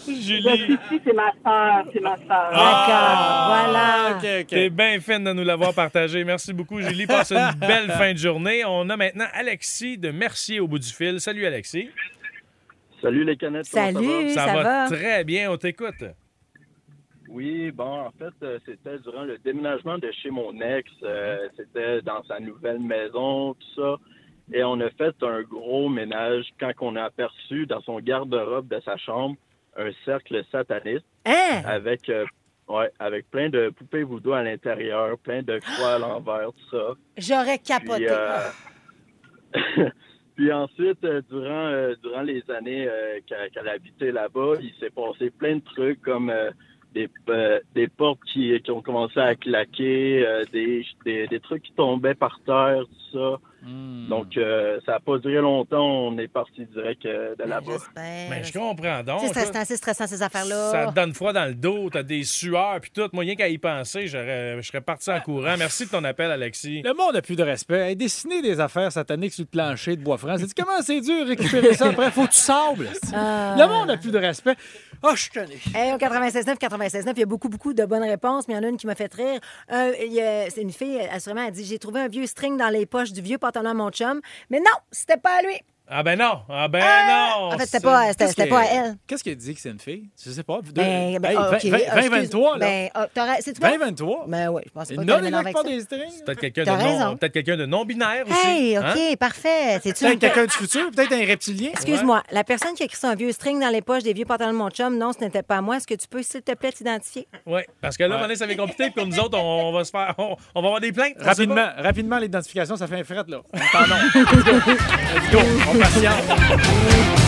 C: Julie.
O: Si, c'est ma sœur, c'est ma sœur.
C: Ah, ok, ok. T'es bien fine de nous l'avoir partagé. Merci beaucoup, Julie. Passe une belle fin de journée. On a maintenant Alexis de Mercier au bout du fil. Salut, Alexis.
P: Salut les canettes. comment
E: Salut,
C: Ça,
E: ça
C: va,
E: va?
C: très bien. On t'écoute.
P: Oui, bon, en fait, euh, c'était durant le déménagement de chez mon ex. euh, c'était dans sa nouvelle maison, tout ça. Et on a fait un gros ménage quand on a aperçu dans son garde-robe de sa chambre un cercle sataniste
E: Hein?
P: avec, euh, ouais, avec plein de poupées voodoo à l'intérieur, plein de croix à l'envers, tout ça.
E: J'aurais capoté.
P: Puis, euh, puis ensuite, euh, durant, euh, durant les années euh, qu'elle qu'elle habitait là-bas, il s'est passé plein de trucs comme euh, des, euh, des portes qui, qui ont commencé à claquer, euh, des, des, des trucs qui tombaient par terre, tout ça. Donc, euh, ça n'a pas duré longtemps. On est parti direct euh, de là-bas.
C: Mais Ben, je comprends donc.
E: C'est stressant,
C: ça.
E: c'est stressant, ces affaires-là.
C: Ça te donne froid dans le dos, t'as des sueurs, puis tout. Moi, rien qu'à y penser, j'aurais- je serais parti en courant. Merci de ton appel, Alexis.
D: Le monde n'a plus de respect. Hey, dessiner des affaires sataniques sur le plancher de bois franc. C'est comment c'est dur de récupérer ça après? Faut que tu sables. c'est-tu.
E: Ah.
D: Le monde n'a plus de respect. Ah, je suis tanné.
E: Hey, au 96.9, 96.9, il y a beaucoup, beaucoup de bonnes réponses, mais il y en a une qui m'a fait rire. Un, il y a- c'est une fille, assurément, elle dit J'ai trouvé un vieux string dans les poches du vieux pantalon à mon chum, mais non, c'était pas à lui.
C: Ah ben non, ah ben non.
E: en fait, c'était pas- c'était-
D: Qu'est-ce
E: c'était
D: que-
E: pas à elle.
D: Qu'est-ce qu'elle dit que c'est une fille? Je sais pas.
E: Ben, ben,
D: Hey,
E: ah,
D: vingt-
E: ok,
D: vingt-
E: ah,
D: vingt-
E: excuse-
D: 23, là.
E: Ben, ah, t'aurais- c'est toi?
D: 20-23?
E: Ben oui, je pense pas
D: Non,
E: qu'il y en
D: les
E: avait
D: gars qui
E: avec
D: portent
E: ça.
D: des strings.
C: Peut-être quelqu'un
E: T'as
C: de, non,
E: raison.
C: peut-être quelquelqu'un de non-binaire aussi.
E: Hey, OK,
C: hein?
E: parfait. C'est-tu
D: Peut-être
E: une-
D: quelqu'un du futur, peut-être un reptilien.
E: Excuse-moi, la personne qui a écrit ça, un vieux string dans les poches des vieux pantalons de mon chum, non, ce n'était pas moi. Est-ce que tu peux, s'il te plaît, t'identifier?
C: Oui, parce que là, à un moment donné, ça va être compliqué, puis pour nous autres, on, on va se faire. On, on va avoir des plaintes. on sait
D: Rapidement,
C: pas.
D: rapidement, l'identification, ça fait un fret, là. Pardon. Let's go, on patiente.